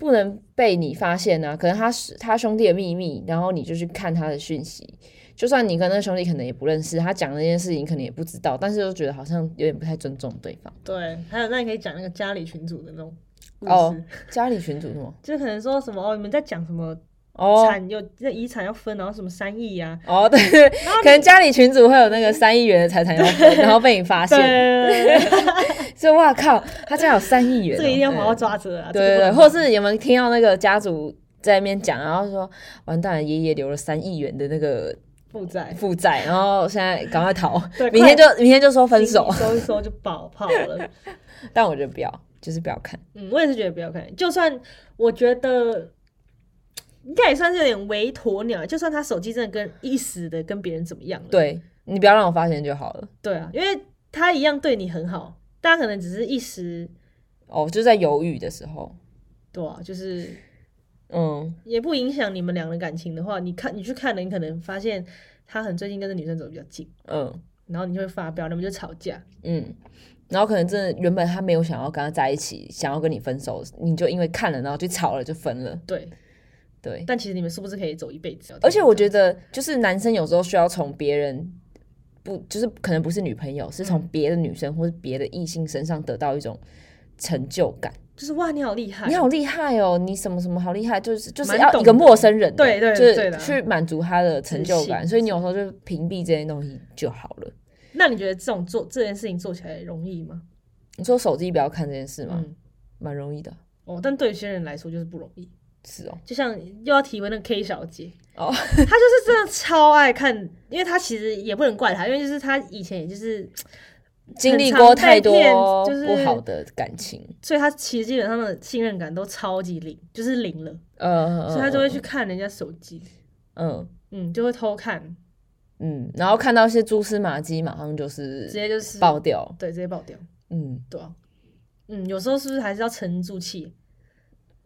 Speaker 2: 不能被你发现啊，可能他是他兄弟的秘密，然后你就去看他的讯息。就算你跟那兄弟可能也不认识，他讲那件事情可能也不知道，但是又觉得好像有点不太尊重对方。
Speaker 1: 对，还有那你可以讲那个家里群组的那种故事，
Speaker 2: 哦家里群主
Speaker 1: (laughs)
Speaker 2: 是吗？
Speaker 1: 就是可能说什么哦，你们在讲什么
Speaker 2: 哦
Speaker 1: 产有那遗产要分，然后什么三亿啊呀、
Speaker 2: 哦，
Speaker 1: (laughs)
Speaker 2: 对，对对可能家里群主会有那个三亿元的财产要分，然后被你发现，
Speaker 1: 对， (laughs)
Speaker 2: 所以哇靠，他家有三亿元哦、
Speaker 1: 这个一定要
Speaker 2: 对
Speaker 1: 好好抓着啊！
Speaker 2: 对对对，
Speaker 1: 这个不能
Speaker 2: 或是有没有听到那个家族在那边讲，然后说完蛋了，爷爷留了三亿元的那个
Speaker 1: 负债，
Speaker 2: 负债，然后现在赶快逃，
Speaker 1: (laughs) 对
Speaker 2: 明天就明天就说分手
Speaker 1: 心。里收一收就爆泡了。
Speaker 2: 但我觉得不要，就是不要看。
Speaker 1: 嗯，我也是觉得不要看，就算我觉得应该也算是有点微鸵鸟，就算他手机真的跟一时的跟别人怎么样了，
Speaker 2: 对你不要让我发现就好了。
Speaker 1: 对啊，因为他一样对你很好，大家可能只是一时
Speaker 2: 哦，就在犹豫的时候，
Speaker 1: 对啊，就是
Speaker 2: 嗯，
Speaker 1: 也不影响你们两人感情的话，你看你去看了，你可能发现他很最近跟这女生走得比较近，
Speaker 2: 嗯
Speaker 1: 然后你就会发飙，你们就吵架。
Speaker 2: 嗯，然后可能真的原本他没有想要跟他在一起，想要跟你分手，你就因为看了然后就吵了，就分了。
Speaker 1: 对，
Speaker 2: 对，
Speaker 1: 但其实你们是不是可以走一辈子？啊
Speaker 2: 而且我觉得就是男生有时候需要从别人不就是可能不是女朋友，是
Speaker 1: 嗯
Speaker 2: 从别的女生或是别的异性身上得到一种成就感。
Speaker 1: 就是哇，你好厉害，
Speaker 2: 你好厉害哦！你什么什么好厉害，就是就是
Speaker 1: 哎蛮
Speaker 2: 要
Speaker 1: 懂
Speaker 2: 一个陌生人的，
Speaker 1: 对对对
Speaker 2: 就
Speaker 1: 的
Speaker 2: 是去满足他的成就感，
Speaker 1: 自信
Speaker 2: 所以你有时候就屏蔽这些东西就好了。
Speaker 1: 那你觉得这种做这件事情做起来容易吗？
Speaker 2: 你说手机不要看这件事吗？
Speaker 1: 嗯，
Speaker 2: 蛮容易的，
Speaker 1: 哦，但对有些人来说就是不容易。
Speaker 2: 是哦，
Speaker 1: 就像又要提问那个 K 小姐，
Speaker 2: 哦，
Speaker 1: 她就是真的超爱看，因为她其实也不能怪她，因为就是她以前也就是，
Speaker 2: 经历过太多
Speaker 1: 常被骗就是
Speaker 2: 不好的感情，
Speaker 1: 所以她其实基本上的信任感都超级零，就是零了，
Speaker 2: 呃，
Speaker 1: 所以她就会去看人家手机，
Speaker 2: 嗯
Speaker 1: 嗯，就会偷看，
Speaker 2: 嗯，然后看到一些蛛丝马迹，马上就
Speaker 1: 直
Speaker 2: 是
Speaker 1: 接就是
Speaker 2: 爆，掉，
Speaker 1: 对，直接爆掉，
Speaker 2: 嗯，
Speaker 1: 对啊，嗯，有时候是不是还是要沉住气？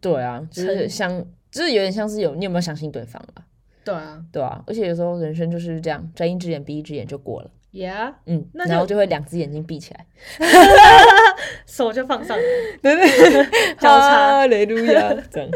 Speaker 2: 对啊，就是
Speaker 1: 成
Speaker 2: 像就是有点像是有你有没有相信对方啊？
Speaker 1: 对啊
Speaker 2: 对啊，而且有时候人生就是这样，睁一只眼闭一只眼就过了，
Speaker 1: ，Yeah，
Speaker 2: 嗯，
Speaker 1: 那就
Speaker 2: 然后就会两只眼睛闭
Speaker 1: (laughs)
Speaker 2: 起来。
Speaker 1: 手就放上来，
Speaker 2: 对对，
Speaker 1: 交叉
Speaker 2: 哈雷路亚，这样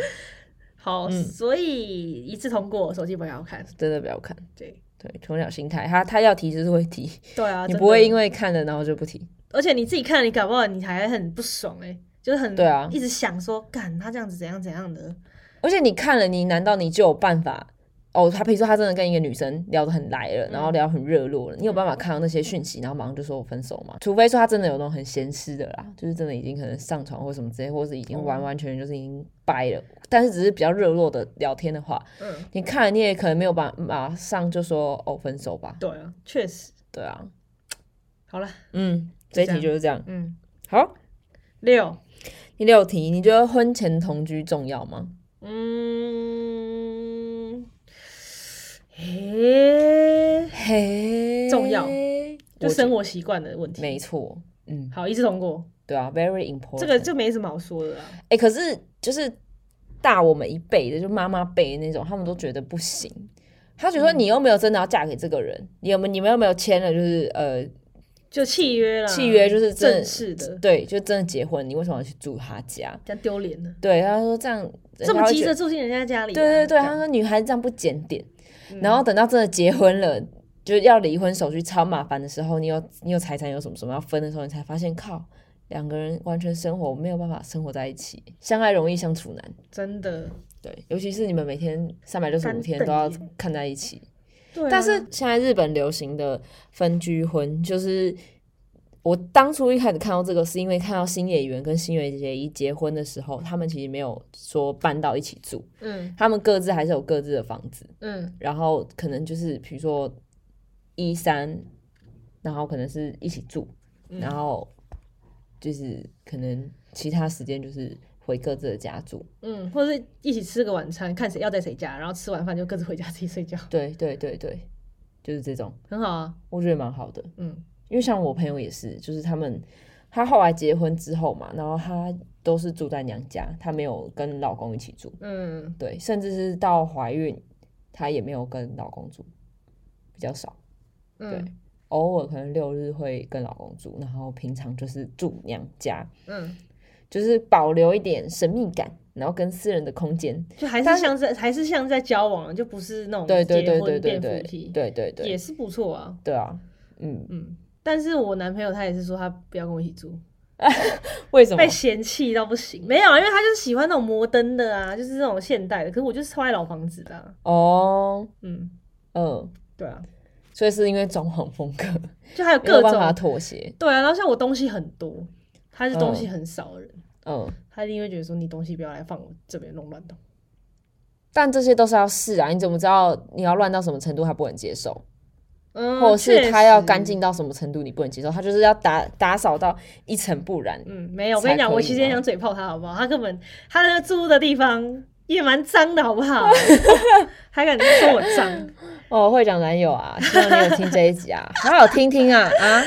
Speaker 1: 好，
Speaker 2: 嗯
Speaker 1: 所以一致通过，手机不要看，
Speaker 2: 真的不要看。
Speaker 1: 对，
Speaker 2: 对，鸵鸟心态，他他要提就是会提，
Speaker 1: 对啊，
Speaker 2: 你
Speaker 1: 真
Speaker 2: 不会
Speaker 1: 的
Speaker 2: 因为看了然后就不提。
Speaker 1: 而且你自己看，你搞不好你还很不爽哎、就是很
Speaker 2: 对啊
Speaker 1: 一直想说，干他这样子怎样怎样的，
Speaker 2: 而且你看了，你难道你就有办法？哦，他比如说他真的跟一个女生聊得很来
Speaker 1: 嗯
Speaker 2: 了，然后聊得很热络了，你有办法看到那些讯息，然后马上就说我分手吗？除非说他真的有那种很闲湿的啦，就是真的已经可能上床或什么之
Speaker 1: 嗯
Speaker 2: 类，或是已经完完全全就是已经掰了，但是只是比较热络的聊天的话，
Speaker 1: 嗯，
Speaker 2: 你看了你也可能没有办法马上就说哦分手吧，
Speaker 1: 对啊，确实，
Speaker 2: 对啊，
Speaker 1: 好了，
Speaker 2: 嗯，这一
Speaker 1: 这
Speaker 2: 题
Speaker 1: 样
Speaker 2: 就是这样。
Speaker 1: 嗯，
Speaker 2: 好，
Speaker 1: 六，
Speaker 2: 第六题，你觉得婚前同居重要吗？
Speaker 1: 嗯，诶、
Speaker 2: 嘿
Speaker 1: 重要就生
Speaker 2: 活
Speaker 1: 活习惯的问题，
Speaker 2: 没错，嗯，
Speaker 1: 好，一致通过，
Speaker 2: 对啊，very important。
Speaker 1: 这个就没什么好说的啦，
Speaker 2: 哎、可是就是大我们一辈的，就妈妈辈的那种，他们都觉得不行。他觉得说
Speaker 1: 嗯
Speaker 2: 你又没有真的要嫁给这个人，你有没有你们又没有签了，就是呃，
Speaker 1: 就契约啦，
Speaker 2: 契约就是真的
Speaker 1: 嗯正式的，
Speaker 2: 对，就真的结婚，你为什么要去住他家？
Speaker 1: 这样丢脸了，
Speaker 2: 对，他说这样
Speaker 1: 这么急着
Speaker 2: 的，
Speaker 1: 住进人家家里啊、
Speaker 2: 对对对，
Speaker 1: 这
Speaker 2: 他
Speaker 1: 样
Speaker 2: 说女孩子这样不检点。
Speaker 1: 嗯
Speaker 2: 然后等到真的结婚了，就是要离婚手续超麻烦的时候，你有你有财产有什么什么要分的时候，你才发现靠，两个人完全生活没有办法生活在一起，相爱容易相处难。
Speaker 1: 真的，
Speaker 2: 对，尤其是你们每天三百六十五
Speaker 1: 干
Speaker 2: 天
Speaker 1: 瞪
Speaker 2: 都要
Speaker 1: 眼
Speaker 2: 看在一起，
Speaker 1: 对啊、
Speaker 2: 但是现在日本流行的分居婚，就是我当初一开始看到这个，是因为看到新演员跟新垣结衣结婚的时候，他们其实没有说搬到一起住，
Speaker 1: 嗯
Speaker 2: 他们各自还是有各自的房子，
Speaker 1: 嗯
Speaker 2: 然后可能就是比如说一三，然后可能是一起住，
Speaker 1: 嗯
Speaker 2: 然后就是可能其他时间就是回各自的家住。
Speaker 1: 嗯，或者是一起吃个晚餐，看谁要在谁家，然后吃完饭就各自回家自己睡觉，
Speaker 2: 对对对对，就是这种，
Speaker 1: 很好啊。
Speaker 2: 我觉得蛮好的。
Speaker 1: 嗯
Speaker 2: 因为像我朋友也是，就是他们他后来结婚之后嘛，然后他都是住在娘家，他没有跟老公一起住，
Speaker 1: 嗯，
Speaker 2: 对，甚至是到怀孕，她也没有跟老公住，比较少。对
Speaker 1: 嗯
Speaker 2: 偶尔可能六日会跟老公住，然后平常就是住娘家，
Speaker 1: 嗯，
Speaker 2: 就是保留一点神秘感，然后跟私人的空间。
Speaker 1: 就还是像在还是像在交往，就不是那种
Speaker 2: 对对
Speaker 1: 结
Speaker 2: 对
Speaker 1: 婚
Speaker 2: 对对
Speaker 1: 变
Speaker 2: 对
Speaker 1: 夫妻，
Speaker 2: 对对
Speaker 1: 也
Speaker 2: 对，
Speaker 1: 是不错啊。
Speaker 2: 对啊，嗯，
Speaker 1: 嗯，但是我男朋友他也是说他不要跟我一起住，
Speaker 2: 为什么
Speaker 1: 被？嫌弃到不行。没有啊，因为他就是喜欢那种摩登的啊，就是那种现代的。可是我就是超爱老房子的啊、
Speaker 2: 哦，
Speaker 1: 嗯，
Speaker 2: 嗯，
Speaker 1: 对啊，
Speaker 2: 所以是因为装潢风格
Speaker 1: 就还有
Speaker 2: 没有
Speaker 1: 各
Speaker 2: 办法
Speaker 1: 种
Speaker 2: 妥协，
Speaker 1: 对啊。然后像我东西很多，他是东西
Speaker 2: 嗯
Speaker 1: 很少的人，
Speaker 2: 嗯，
Speaker 1: 他一定会觉得说你东西不要来放我这边弄乱动。
Speaker 2: 但这些都是要试啊，你怎么知道你要乱到什么程度他不能接受，
Speaker 1: 嗯，
Speaker 2: 或者是他
Speaker 1: 确
Speaker 2: 要
Speaker 1: 实
Speaker 2: 干净。到什么程度你不能接受？他就是要打打扫到一尘不染，
Speaker 1: 嗯，没有，我
Speaker 2: 才
Speaker 1: 跟你讲，
Speaker 2: 可
Speaker 1: 我
Speaker 2: 以
Speaker 1: 其实也
Speaker 2: 嘛
Speaker 1: 想嘴炮他，好不好？他根本他那个住的地方也蛮脏的，好不
Speaker 2: (laughs)
Speaker 1: 好？还敢说我脏？
Speaker 2: (laughs) 哦，会长男友啊，希望你有听这一集啊，好好听听啊啊！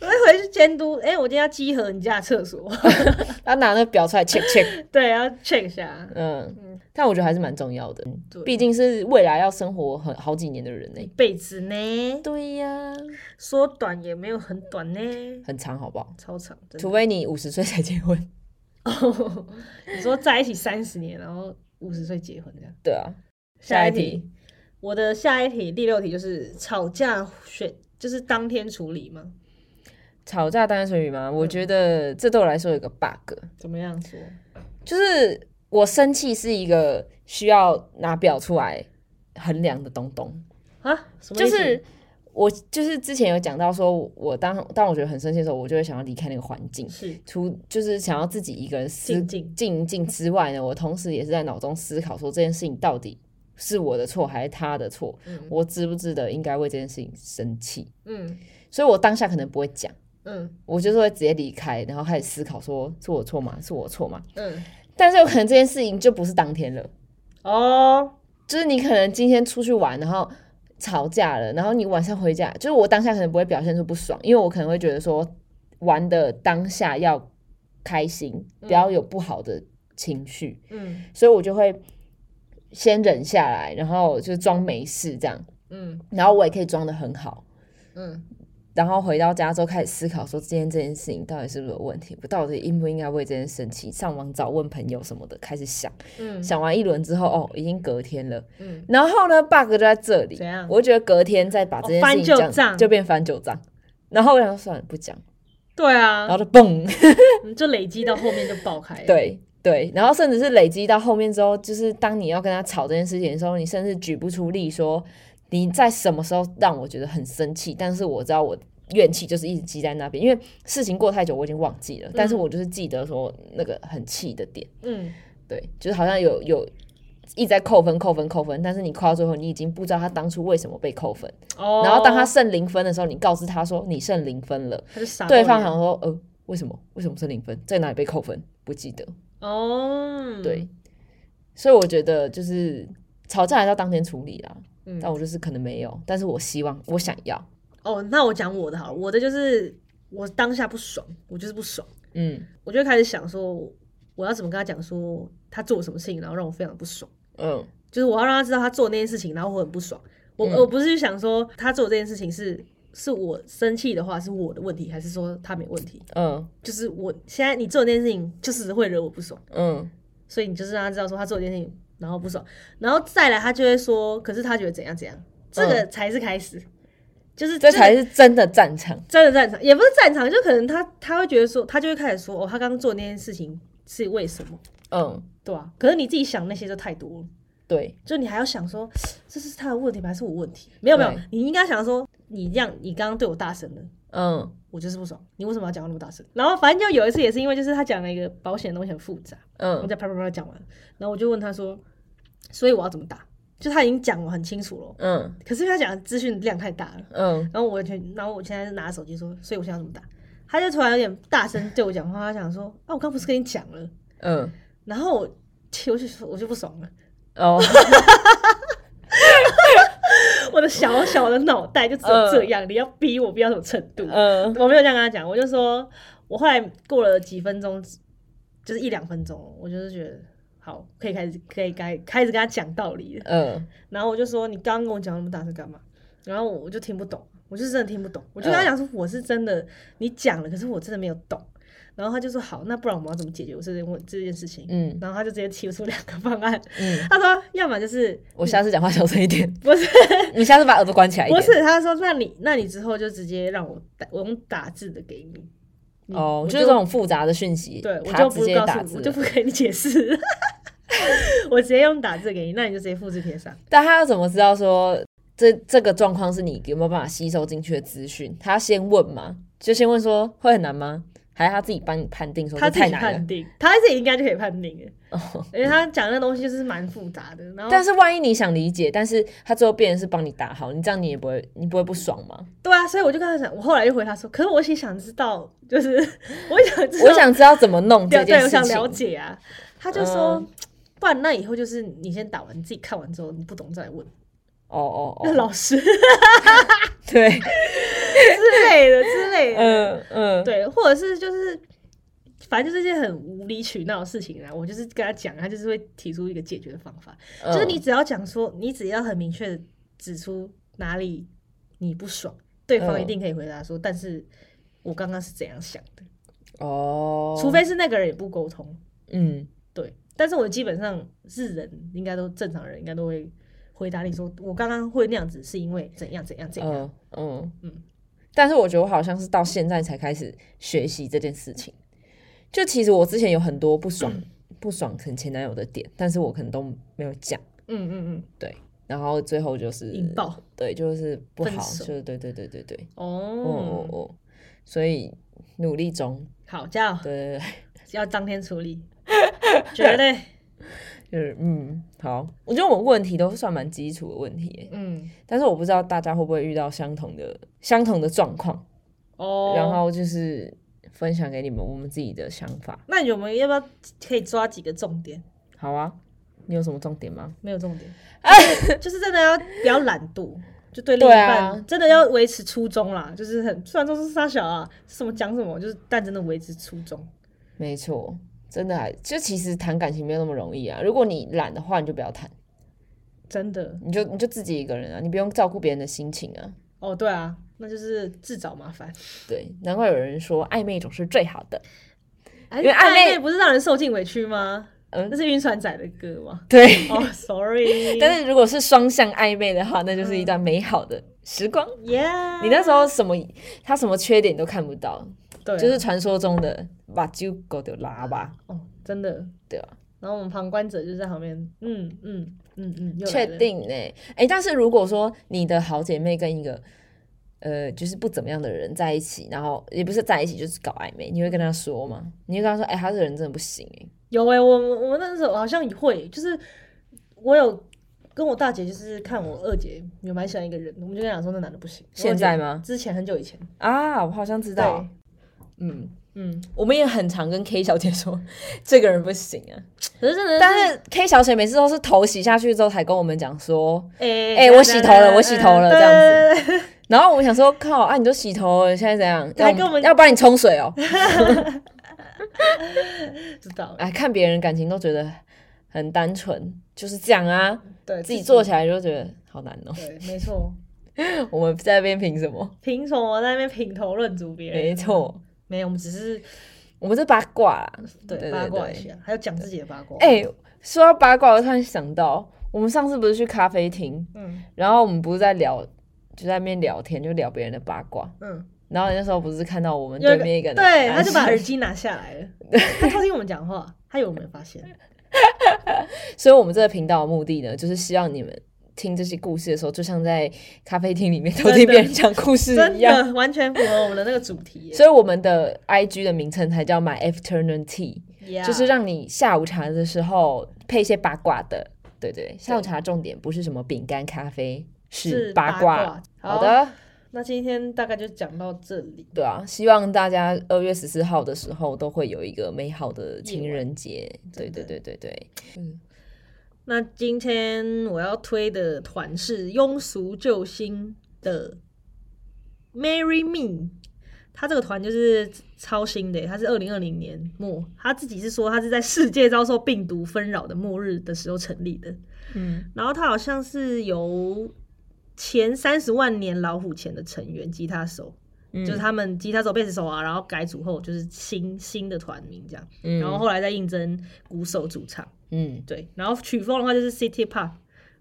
Speaker 1: 我会回还是监督，哎、我今天要集合你家的厕所， (laughs)
Speaker 2: 要拿那个表出来 check check，
Speaker 1: 对，要 check 一下。
Speaker 2: 嗯，但我觉得还是蛮重要的，嗯
Speaker 1: 对
Speaker 2: 毕竟是未来要生活很好几年的人呢、
Speaker 1: 一辈子呢，
Speaker 2: 对呀、
Speaker 1: 说短也没有很短呢，
Speaker 2: 很长好不好？
Speaker 1: 超长。真的
Speaker 2: 除非你五十岁才结婚，
Speaker 1: (laughs) 你说在一起三十年，然后五十岁结婚这样。
Speaker 2: 对啊。
Speaker 1: 下一题，我的下一题第六题就是吵架选，就是当天处理吗？
Speaker 2: 吵架单身语吗？我觉得这对我来说有个 bug，
Speaker 1: 怎么样说？
Speaker 2: 就是我生气是一个需要拿表出来衡量的东东，
Speaker 1: 啊，什么
Speaker 2: 就
Speaker 1: 意思
Speaker 2: 是我就是之前有讲到说，我当当我觉得很生气的时候，我就会想要离开那个环境。
Speaker 1: 是
Speaker 2: 除就是想要自己一个人思
Speaker 1: 静静
Speaker 2: 静一静之外呢，我同时也是在脑中思考说这件事情到底是我的错还是他的错，
Speaker 1: 嗯
Speaker 2: 我值不值得应该为这件事情生气？
Speaker 1: 嗯
Speaker 2: 所以我当下可能不会讲，
Speaker 1: 嗯
Speaker 2: 我就是会直接离开，然后开始思考说是我错吗？是我错吗？
Speaker 1: 嗯，
Speaker 2: 但是有可能这件事情就不是当天了，
Speaker 1: 哦，
Speaker 2: 就是你可能今天出去玩，然后吵架了，然后你晚上回家，就是我当下可能不会表现出不爽，因为我可能会觉得说玩的当下要开心，不要有不好的情绪，
Speaker 1: 嗯
Speaker 2: 所以我就会先忍下来，然后就装没事这样，
Speaker 1: 嗯
Speaker 2: 然后我也可以装的很好。
Speaker 1: 嗯
Speaker 2: 然后回到家之后，开始思考说，今天这件事情到底是不是有问题？我到底应不应该为这件事生气？上网找问朋友什么的，开始想。
Speaker 1: 嗯
Speaker 2: 想完一轮之后，哦，已经隔天了。
Speaker 1: 嗯，
Speaker 2: 然后呢，bug 就在这里
Speaker 1: 怎样。
Speaker 2: 我觉得隔天再把这件事情
Speaker 1: 哦
Speaker 2: 讲，
Speaker 1: 翻旧账
Speaker 2: 就变翻旧账。然后我想说算了，不讲，
Speaker 1: 对啊
Speaker 2: 然，后就嘣， (laughs)
Speaker 1: 你就累积到后面就爆开。，
Speaker 2: 哦对对，然后甚至是累积到后面之后，就是当你要跟他吵这件事情的时候，你甚至举不出例说你在什么时候让我觉得很生气，但是我知道我怨气就是一直积在那边，因为事情过太久我已经忘记了，但是我就是记得说那个很气的点，
Speaker 1: 嗯，
Speaker 2: 对，就是好像有有。一直在扣分，扣分，扣分，但是你扣到最后，你已经不知道他当初为什么被扣分。
Speaker 1: 哦，
Speaker 2: 然后当他剩零分的时候，你告知他说你剩零分了，
Speaker 1: 他就傻爆
Speaker 2: 对
Speaker 1: 眼，
Speaker 2: 方好像说呃为什么为什么剩零分，在哪里被扣分不记得，
Speaker 1: 哦，
Speaker 2: 对，所以我觉得就是吵架还是要当天处理啦。
Speaker 1: 嗯
Speaker 2: 但我就是可能没有，但是我希望我想要，
Speaker 1: 哦，那我讲我的好了，我的就是我当下不爽，我就是不爽，
Speaker 2: 嗯
Speaker 1: 我就开始想说我要怎么跟他讲说他做什么事情，然后让我非常不爽，
Speaker 2: 嗯
Speaker 1: 就是我要让他知道他做那件事情，然后我很不爽。我、
Speaker 2: 嗯
Speaker 1: 我不是想说他做这件事情是是我生气的话是我的问题，还是说他没问题？
Speaker 2: 嗯
Speaker 1: 就是我现在你做的那件事情就是会惹我不爽，
Speaker 2: 嗯
Speaker 1: 所以你就是让他知道说他做这件事情然后不爽，然后再来他就会说，可是他觉得怎样怎样，这个才是开始，就是
Speaker 2: 嗯这才是真的战场。
Speaker 1: 真的战场，也不是战场，就可能他他会觉得说，他就会开始说，哦，他刚刚做那件事情是为什么，
Speaker 2: 嗯，
Speaker 1: 对啊？可是你自己想那些就太多了，
Speaker 2: 对，
Speaker 1: 就你还要想说， (sniffs) 这是他的问题吗？还是我问题？没有没有
Speaker 2: 对，
Speaker 1: 你应该想说，你这样，你刚刚对我大声了。
Speaker 2: 嗯
Speaker 1: 我就是不爽，你为什么要讲话那么大声？然后反正就有一次也是因为，就是他讲了一个保险的东西很复杂，我
Speaker 2: 嗯
Speaker 1: 在啪啪啪讲完，然后我就问他说，所以我要怎么打？就他已经讲我很清楚了，
Speaker 2: 嗯
Speaker 1: 可是他讲的资讯量太大了，
Speaker 2: 嗯，
Speaker 1: 然后我全，然后我现在拿手机说，所以我现在要怎么打？他就突然有点大声对我讲话，他想说，啊，我刚不是跟你讲了？
Speaker 2: 嗯
Speaker 1: 然后我，我就说我就不爽了，
Speaker 2: 哦，
Speaker 1: 我
Speaker 2: (laughs)
Speaker 1: 的小小的脑袋就只有这样，你要逼我逼到什么程度？
Speaker 2: 嗯
Speaker 1: 我没有这样跟他讲，我就说，我后来过了几分钟，就是一两分钟，我就是觉得好，可以开始，可以该开始跟他讲道理了。
Speaker 2: 嗯
Speaker 1: 然后我就说，你刚刚跟我讲那么大声干嘛？然后我我就听不懂，我就是真的听不懂。我就跟他讲说，我是真的，你讲了，可是我真的没有懂。然后他就说，好，那不然我们要怎么解决我这件问这件事情？
Speaker 2: 嗯
Speaker 1: 然后他就直接提出两个方案，
Speaker 2: 嗯，
Speaker 1: 他说，要么就是
Speaker 2: 我下次讲话小声一点，
Speaker 1: (laughs) 不是
Speaker 2: 你下次把耳朵关起来一
Speaker 1: 不
Speaker 2: 点。
Speaker 1: 是，他说，那你那你之后就直接让我打，我用打字的给你。你
Speaker 2: 哦
Speaker 1: 我，
Speaker 2: 就是这种复杂的讯息，
Speaker 1: 对，我
Speaker 2: 他
Speaker 1: 就
Speaker 2: 直
Speaker 1: 不
Speaker 2: 接
Speaker 1: 告
Speaker 2: 打
Speaker 1: 诉你，
Speaker 2: 字
Speaker 1: 我就
Speaker 2: 了。
Speaker 1: 不给你解释， (laughs) 我直接用打字给你，那你就直接复制贴上。
Speaker 2: 但他要怎么知道说这这个状况是你有没有办法吸收进去的资讯？他要先问吗？就先问说会很难吗？还是他自己帮你判定说
Speaker 1: 他
Speaker 2: 这
Speaker 1: 自
Speaker 2: 太
Speaker 1: 己
Speaker 2: 难
Speaker 1: 判
Speaker 2: 了？
Speaker 1: 定，他自己应该就可以判定了，
Speaker 2: 哦，
Speaker 1: 而且他讲那东西就是蛮复杂的。然后，
Speaker 2: 但是万一你想理解，但是他最后变成是帮你打好，你这样你也不会，你不会不爽
Speaker 1: (laughs)
Speaker 2: 吗？
Speaker 1: 对啊，所以我就跟他讲，我后来就回他说，可是我也想知道，就是 (laughs) 我也想知道，
Speaker 2: 我想知道怎么弄这
Speaker 1: 对
Speaker 2: 件
Speaker 1: 对，我
Speaker 2: 事
Speaker 1: 想
Speaker 2: 情。
Speaker 1: 了解啊。他就说，
Speaker 2: 嗯
Speaker 1: 不然那以后就是你先打完，自己看完之后你不懂再问。
Speaker 2: 哦哦
Speaker 1: 那
Speaker 2: 哦，
Speaker 1: 老师 (laughs)
Speaker 2: 对，
Speaker 1: 之类的之类的，
Speaker 2: 嗯嗯，
Speaker 1: 对，或者是就是，反正就是一些很无理取闹的事情啊。我就是跟他讲，他就是会提出一个解决的方法，
Speaker 2: 嗯，
Speaker 1: 就是你只要讲说，你只要很明确的指出哪里你不爽，对方一
Speaker 2: 嗯
Speaker 1: 定可以回答说，但是我刚刚是怎样想的，
Speaker 2: 哦，
Speaker 1: 除非是那个人也不沟通，
Speaker 2: 嗯
Speaker 1: 对。但是我基本上是人，应该都正常人应该都会回答你说，我刚刚会那样子是因为怎样怎样怎样，
Speaker 2: 嗯嗯
Speaker 1: 嗯
Speaker 2: 但是我觉得我好像是到现在才开始学习这件事情。就其实我之前有很多不爽、
Speaker 1: 嗯
Speaker 2: 不爽可能前男友的点，但是我可能都没有讲，
Speaker 1: 嗯嗯
Speaker 2: 然后最后就是
Speaker 1: 嗯，引，爆
Speaker 2: 对，就是不
Speaker 1: 分
Speaker 2: 好，
Speaker 1: 手
Speaker 2: 就是对对对对对，哦哦
Speaker 1: 哦，
Speaker 2: 哦，所以努力中，
Speaker 1: 好加油。
Speaker 2: 对对
Speaker 1: 要当天
Speaker 2: (laughs)
Speaker 1: 处理，绝对。
Speaker 2: 对，就是嗯，好，我觉得我们问题都算蛮基础的问题耶，
Speaker 1: 嗯，
Speaker 2: 但是我不知道大家会不会遇到相同的相同的状况，
Speaker 1: 哦，
Speaker 2: 然后就是分享给你们我们自己的想法。
Speaker 1: 那你有没有要不要可以抓几个重点？
Speaker 2: 好啊，你有什么重点吗？
Speaker 1: 没有重点，就是就是真的要不要懒惰，就对另一
Speaker 2: 对啊
Speaker 1: 半真的要维持初衷啦，就是很虽然说是傻小啊，什么讲什么，就是但真的维持初衷。
Speaker 2: 没错，真的还啊就其实谈感情没有那么容易啊。如果你懒的话，你就不要谈，
Speaker 1: 真的
Speaker 2: 你就你就自己一个人啊，你不用照顾别人的心情啊。
Speaker 1: 哦，对啊，那就是自找麻烦。
Speaker 2: 对，难怪有人说暧昧总是最好的。
Speaker 1: 因
Speaker 2: 为暧昧
Speaker 1: 哎不是让人受尽委屈吗？
Speaker 2: 嗯
Speaker 1: 那是晕船仔的歌吗？
Speaker 2: 对，
Speaker 1: 哦、s o r r
Speaker 2: (laughs)
Speaker 1: y
Speaker 2: 但是如果是双向暧昧的话，那就是一段美好的时光。
Speaker 1: ，Yeah，
Speaker 2: 你那时候什么，他什么缺点都看不到，
Speaker 1: 对啊、
Speaker 2: 就是传说中的把酒狗丢拉吧，
Speaker 1: 哦，真的
Speaker 2: 对啊吧？
Speaker 1: 然后我们旁观者就在旁边，嗯嗯嗯嗯，又来
Speaker 2: 确
Speaker 1: 了
Speaker 2: 定呢、欸？哎、但是如果说你的好姐妹跟一个呃，就是不怎么样的人在一起，然后也不是在一起，就是搞暧昧，你会跟她说吗？你会跟她说，哎、她这个人真的不行、欸，
Speaker 1: 有哎、我我我那时候好像也会，就是我有跟我大姐，就是看我二姐有蛮喜欢一个人，我们就跟她讲说那男的不行。我
Speaker 2: 现
Speaker 1: 二姐
Speaker 2: 在吗
Speaker 1: 之前很久以前，
Speaker 2: 啊，我好像知道，嗯，
Speaker 1: 嗯，
Speaker 2: 我们也很常跟 K 小姐说， (laughs) 这个人不行啊，
Speaker 1: 可是真的，
Speaker 2: 但是 K 小姐每次都是头洗下去之后才跟我们讲说，
Speaker 1: 哎
Speaker 2: 哎我洗头了我洗头了这样
Speaker 1: 子，对对对对
Speaker 2: 然后我想说，靠啊，你都洗头了，现在怎样？
Speaker 1: 还
Speaker 2: 要
Speaker 1: 跟我们
Speaker 2: 要不然你冲水哦，
Speaker 1: 对知道了，
Speaker 2: 哎，看别人感情都觉得很单纯，就是这样啊。
Speaker 1: 对
Speaker 2: 自己做起来就觉得好难哦、
Speaker 1: 对，没错，
Speaker 2: (laughs) 我们在那边凭什么？
Speaker 1: 凭什么在那边品头论足别人？
Speaker 2: 没，错，
Speaker 1: 没有，我们只是
Speaker 2: 我们是八卦啦。对
Speaker 1: 对
Speaker 2: 对
Speaker 1: 八卦
Speaker 2: 对
Speaker 1: 一下，还有讲自己的八卦。
Speaker 2: 哎、说到八卦，我突然想到，我们上次不是去咖啡厅，
Speaker 1: 嗯
Speaker 2: 然后我们不是在聊，就在那边聊天，就聊别人的八卦。
Speaker 1: 嗯，
Speaker 2: 然后你那时候不是看到我们
Speaker 1: 有
Speaker 2: 对
Speaker 1: 一个
Speaker 2: 面一个人，
Speaker 1: 对，他就把耳，机拿下来了，他偷听我们讲话，他有没有发现？
Speaker 2: (laughs) 所以我们这个频道的目的呢，就是希望你们听这些故事的时候，就像在咖啡厅里面 (laughs) 偷听别人讲故事一
Speaker 1: 真
Speaker 2: 样。
Speaker 1: 的完全符合我们的那个主题耶，
Speaker 2: 所以我们的 IG 的名称才叫 My Afternoon Tea。
Speaker 1: Yeah
Speaker 2: 就是让你下午茶的时候配一些八卦的。对对，下午茶重点不是什么饼干、咖啡，是
Speaker 1: 是
Speaker 2: 八
Speaker 1: 八
Speaker 2: 卦。好的，
Speaker 1: 那今天大概就讲到这里，
Speaker 2: 对啊，希望大家二月十四号的时候都会有一个美好的情人节。对
Speaker 1: 真
Speaker 2: 对
Speaker 1: 的
Speaker 2: 对对对，
Speaker 1: 那今天我要推的团是庸俗救星的《Marry Me》，他这个团就是超新的耶，他是二零二零年末，他自己是说他是在世界遭受病毒纷扰的末日的时候成立的，
Speaker 2: 嗯，
Speaker 1: 然后他好像是由前三十万年老虎钳的成员吉他手，
Speaker 2: 嗯
Speaker 1: 就是他们吉他手、贝斯手啊，然后改组后就是新新的团名这样，
Speaker 2: 嗯
Speaker 1: 然后后来再应征鼓手主唱，
Speaker 2: 嗯
Speaker 1: 对，然后曲风的话就是 City Pop，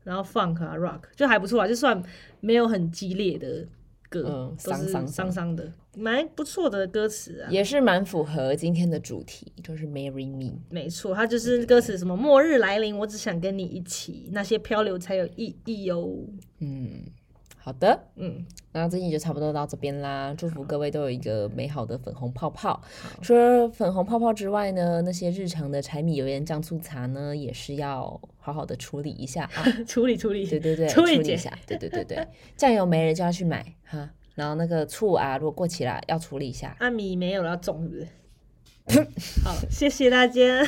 Speaker 1: 然后 Funk 啊 Rock 就还不错啊，就算没有很激烈的歌，
Speaker 2: 嗯
Speaker 1: 都是
Speaker 2: 丧丧
Speaker 1: 丧丧的，蛮不错的歌词啊。
Speaker 2: 也是蛮符合今天的主题，就是 Marry Me。
Speaker 1: 没错，它就是歌词什么“末日来临，我只想跟你一起”，那些漂流才有意义哦。
Speaker 2: 嗯，好的。
Speaker 1: 嗯，
Speaker 2: 那这期就差不多到这边啦，祝福各位都有一个美好的粉红泡泡。除了粉红泡泡之外呢，那些日常的柴米油盐酱醋茶呢，也是要好好的处理一下啊。
Speaker 1: 处理处理，
Speaker 2: 对对对， (laughs) 处
Speaker 1: 处理
Speaker 2: 理一
Speaker 1: 姐
Speaker 2: 下，对对对对，酱油没了就要去买哈。然后那个醋啊，如果过
Speaker 1: 啊
Speaker 2: 期了要处理一下。 (laughs)
Speaker 1: 阿米没有了要中是不是？好，谢谢大家。